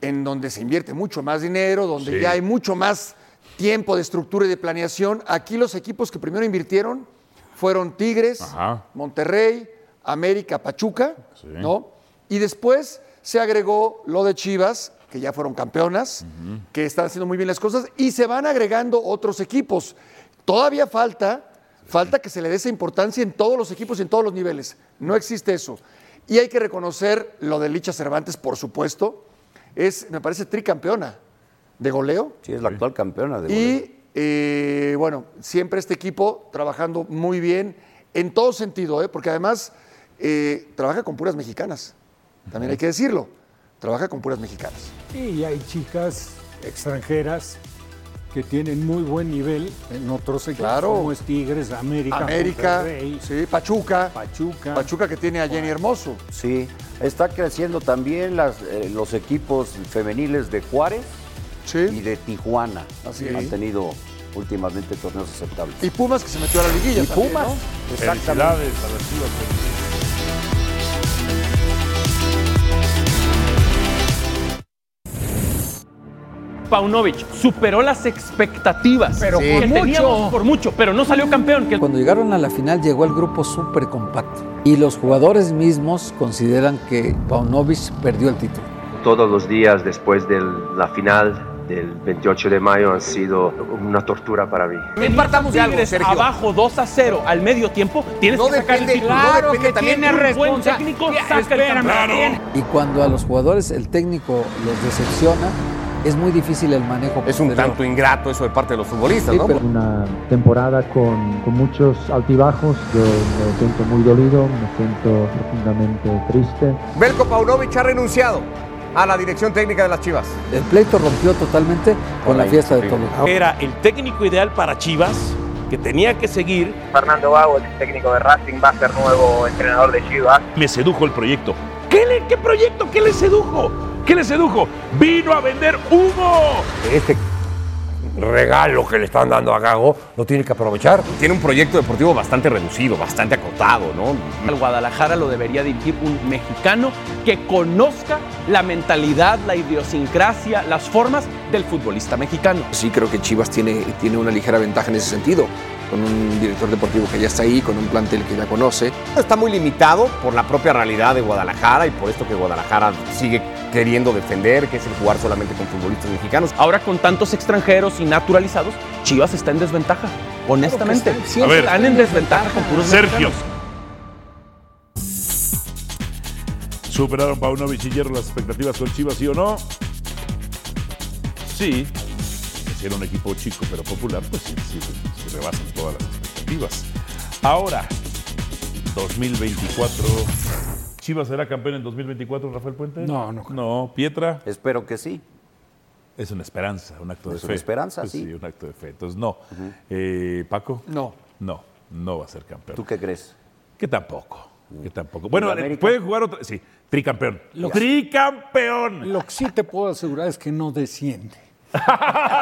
H: en donde se invierte mucho más dinero, donde
G: Sí.
H: ya hay mucho más tiempo de estructura y de planeación. Aquí los equipos que primero invirtieron fueron Tigres,
G: Ajá.
H: Monterrey, América, Pachuca,
G: Sí.
H: ¿no? Y después se agregó lo de Chivas, que ya fueron campeonas, que están haciendo muy bien las cosas, y se van agregando otros equipos. Todavía falta, falta que se le dé esa importancia en todos los equipos y en todos los niveles. No existe eso. Y hay que reconocer lo de Licha Cervantes, por supuesto. Es, me parece, tricampeona de goleo.
B: Sí, es la actual campeona de
H: Y eh, bueno, siempre este equipo trabajando muy bien en todo sentido, ¿eh? porque además eh, trabaja con puras mexicanas. También hay que decirlo. Trabaja con puras mexicanas.
I: Y hay chicas extranjeras que tienen muy buen nivel en otros equipos,
H: Claro.
I: como es Tigres, América,
H: América,
I: Monterrey,
H: sí, Pachuca.
I: Pachuca.
H: Pachuca que tiene a Jenny Hermoso.
B: Sí, está creciendo también las, eh, los equipos femeniles de Juárez y de Tijuana.
H: Así
B: Han
H: es.
B: tenido últimamente torneos aceptables.
H: Y Pumas que se metió a la liguilla.
B: Y
H: también,
B: Pumas,
H: ¿no?
G: Felicidades a las Chivas femenil.
R: Paunovic superó las expectativas
S: Pero
R: que
S: por mucho.
R: teníamos por mucho, pero no salió campeón. Que
S: Cuando llegaron a la final llegó el grupo súper compacto y los jugadores mismos consideran que Paunovic perdió el título.
C: Todos los días después de la final del 28 de mayo han sido una tortura para mí.
R: Partamos de algo, abajo 2 a 0 al medio tiempo, tienes
T: No
R: que sacar el
T: depende-
R: título.
T: no Claro depende que también
R: tiene
T: tiene
R: un buen
T: responsa-
R: técnico,
T: Ya,
R: saca el
S: espérame,
R: campeón.
S: Y cuando a los jugadores el técnico los decepciona, es muy difícil el manejo.
A: Es un
S: posterior.
A: tanto ingrato eso de parte de los futbolistas,
S: Sí,
A: ¿no?
S: pero-
F: Una temporada con, con muchos altibajos, yo me siento muy dolido, me siento profundamente triste.
A: Belko Paunovic ha renunciado a la dirección técnica de las Chivas.
S: El pleito rompió totalmente con la fiesta de Toluca.
U: Era el técnico ideal para Chivas, que tenía que seguir.
V: Fernando Gago, el técnico de Racing, va a ser nuevo entrenador de Chivas.
G: Me sedujo el proyecto. ¿Qué, le- qué proyecto? ¿Qué le sedujo? ¿Qué le sedujo? ¡Vino a vender humo!
A: Este regalo que le están dando a Gago lo tiene que aprovechar. Tiene un proyecto deportivo bastante reducido, bastante acotado, ¿no?
R: Al Guadalajara lo debería dirigir un mexicano que conozca la mentalidad, la idiosincrasia, las formas del futbolista mexicano.
W: Sí, creo que Chivas tiene, tiene una ligera ventaja en ese sentido, con un director deportivo que ya está ahí, con un plantel que ya conoce.
A: Está muy limitado por la propia realidad de Guadalajara y por esto que Guadalajara sigue queriendo defender, que es el jugar solamente con futbolistas mexicanos.
R: Ahora con tantos extranjeros y naturalizados, Chivas está en desventaja. Honestamente,
A: está,
R: siempre
G: A ver.
R: están en desventaja con puros
G: Sergio.
R: mexicanos.
G: ¿Superaron Paunovic y Hierro las expectativas con Chivas, sí o no? Sí. Ser un equipo chico pero popular, pues sí, sí, sí rebasan todas las expectativas. Ahora, 2024. ¿Chivas será campeón en 2024, Rafael Puente?
I: No, no creo.
G: No, Pietra.
B: Espero que sí.
G: Es una esperanza, un acto
B: Es
G: de fe.
B: una esperanza,
G: Pues
B: sí.
G: Sí, un acto de fe. Entonces, no. Eh, ¿Paco?
H: No.
G: No, no va a ser campeón.
B: ¿Tú qué crees?
G: Que tampoco. Que tampoco. Bueno,
I: ¿Y la América?
G: puede jugar otra. Sí,
B: <laughs>
G: tricampeón.
I: Lo que-
G: ¡Tricampeón!
I: Lo que sí te puedo asegurar es que no desciende.
G: <laughs>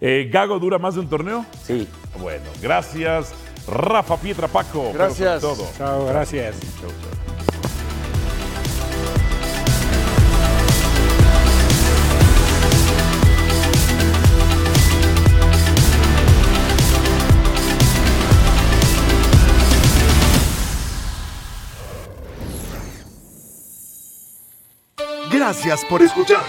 G: Eh, ¿Gago dura más de un torneo?
B: Sí.
G: Bueno, gracias. Rafa Pietra Paco. pero
I: Gracias.
G: sobre todo.
I: Chao, gracias.
G: Chao, chao.
X: Gracias por escucharnos.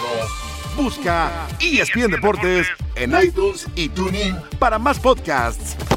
X: E Busca ESPN Deportes en iTunes y TuneIn para más podcasts.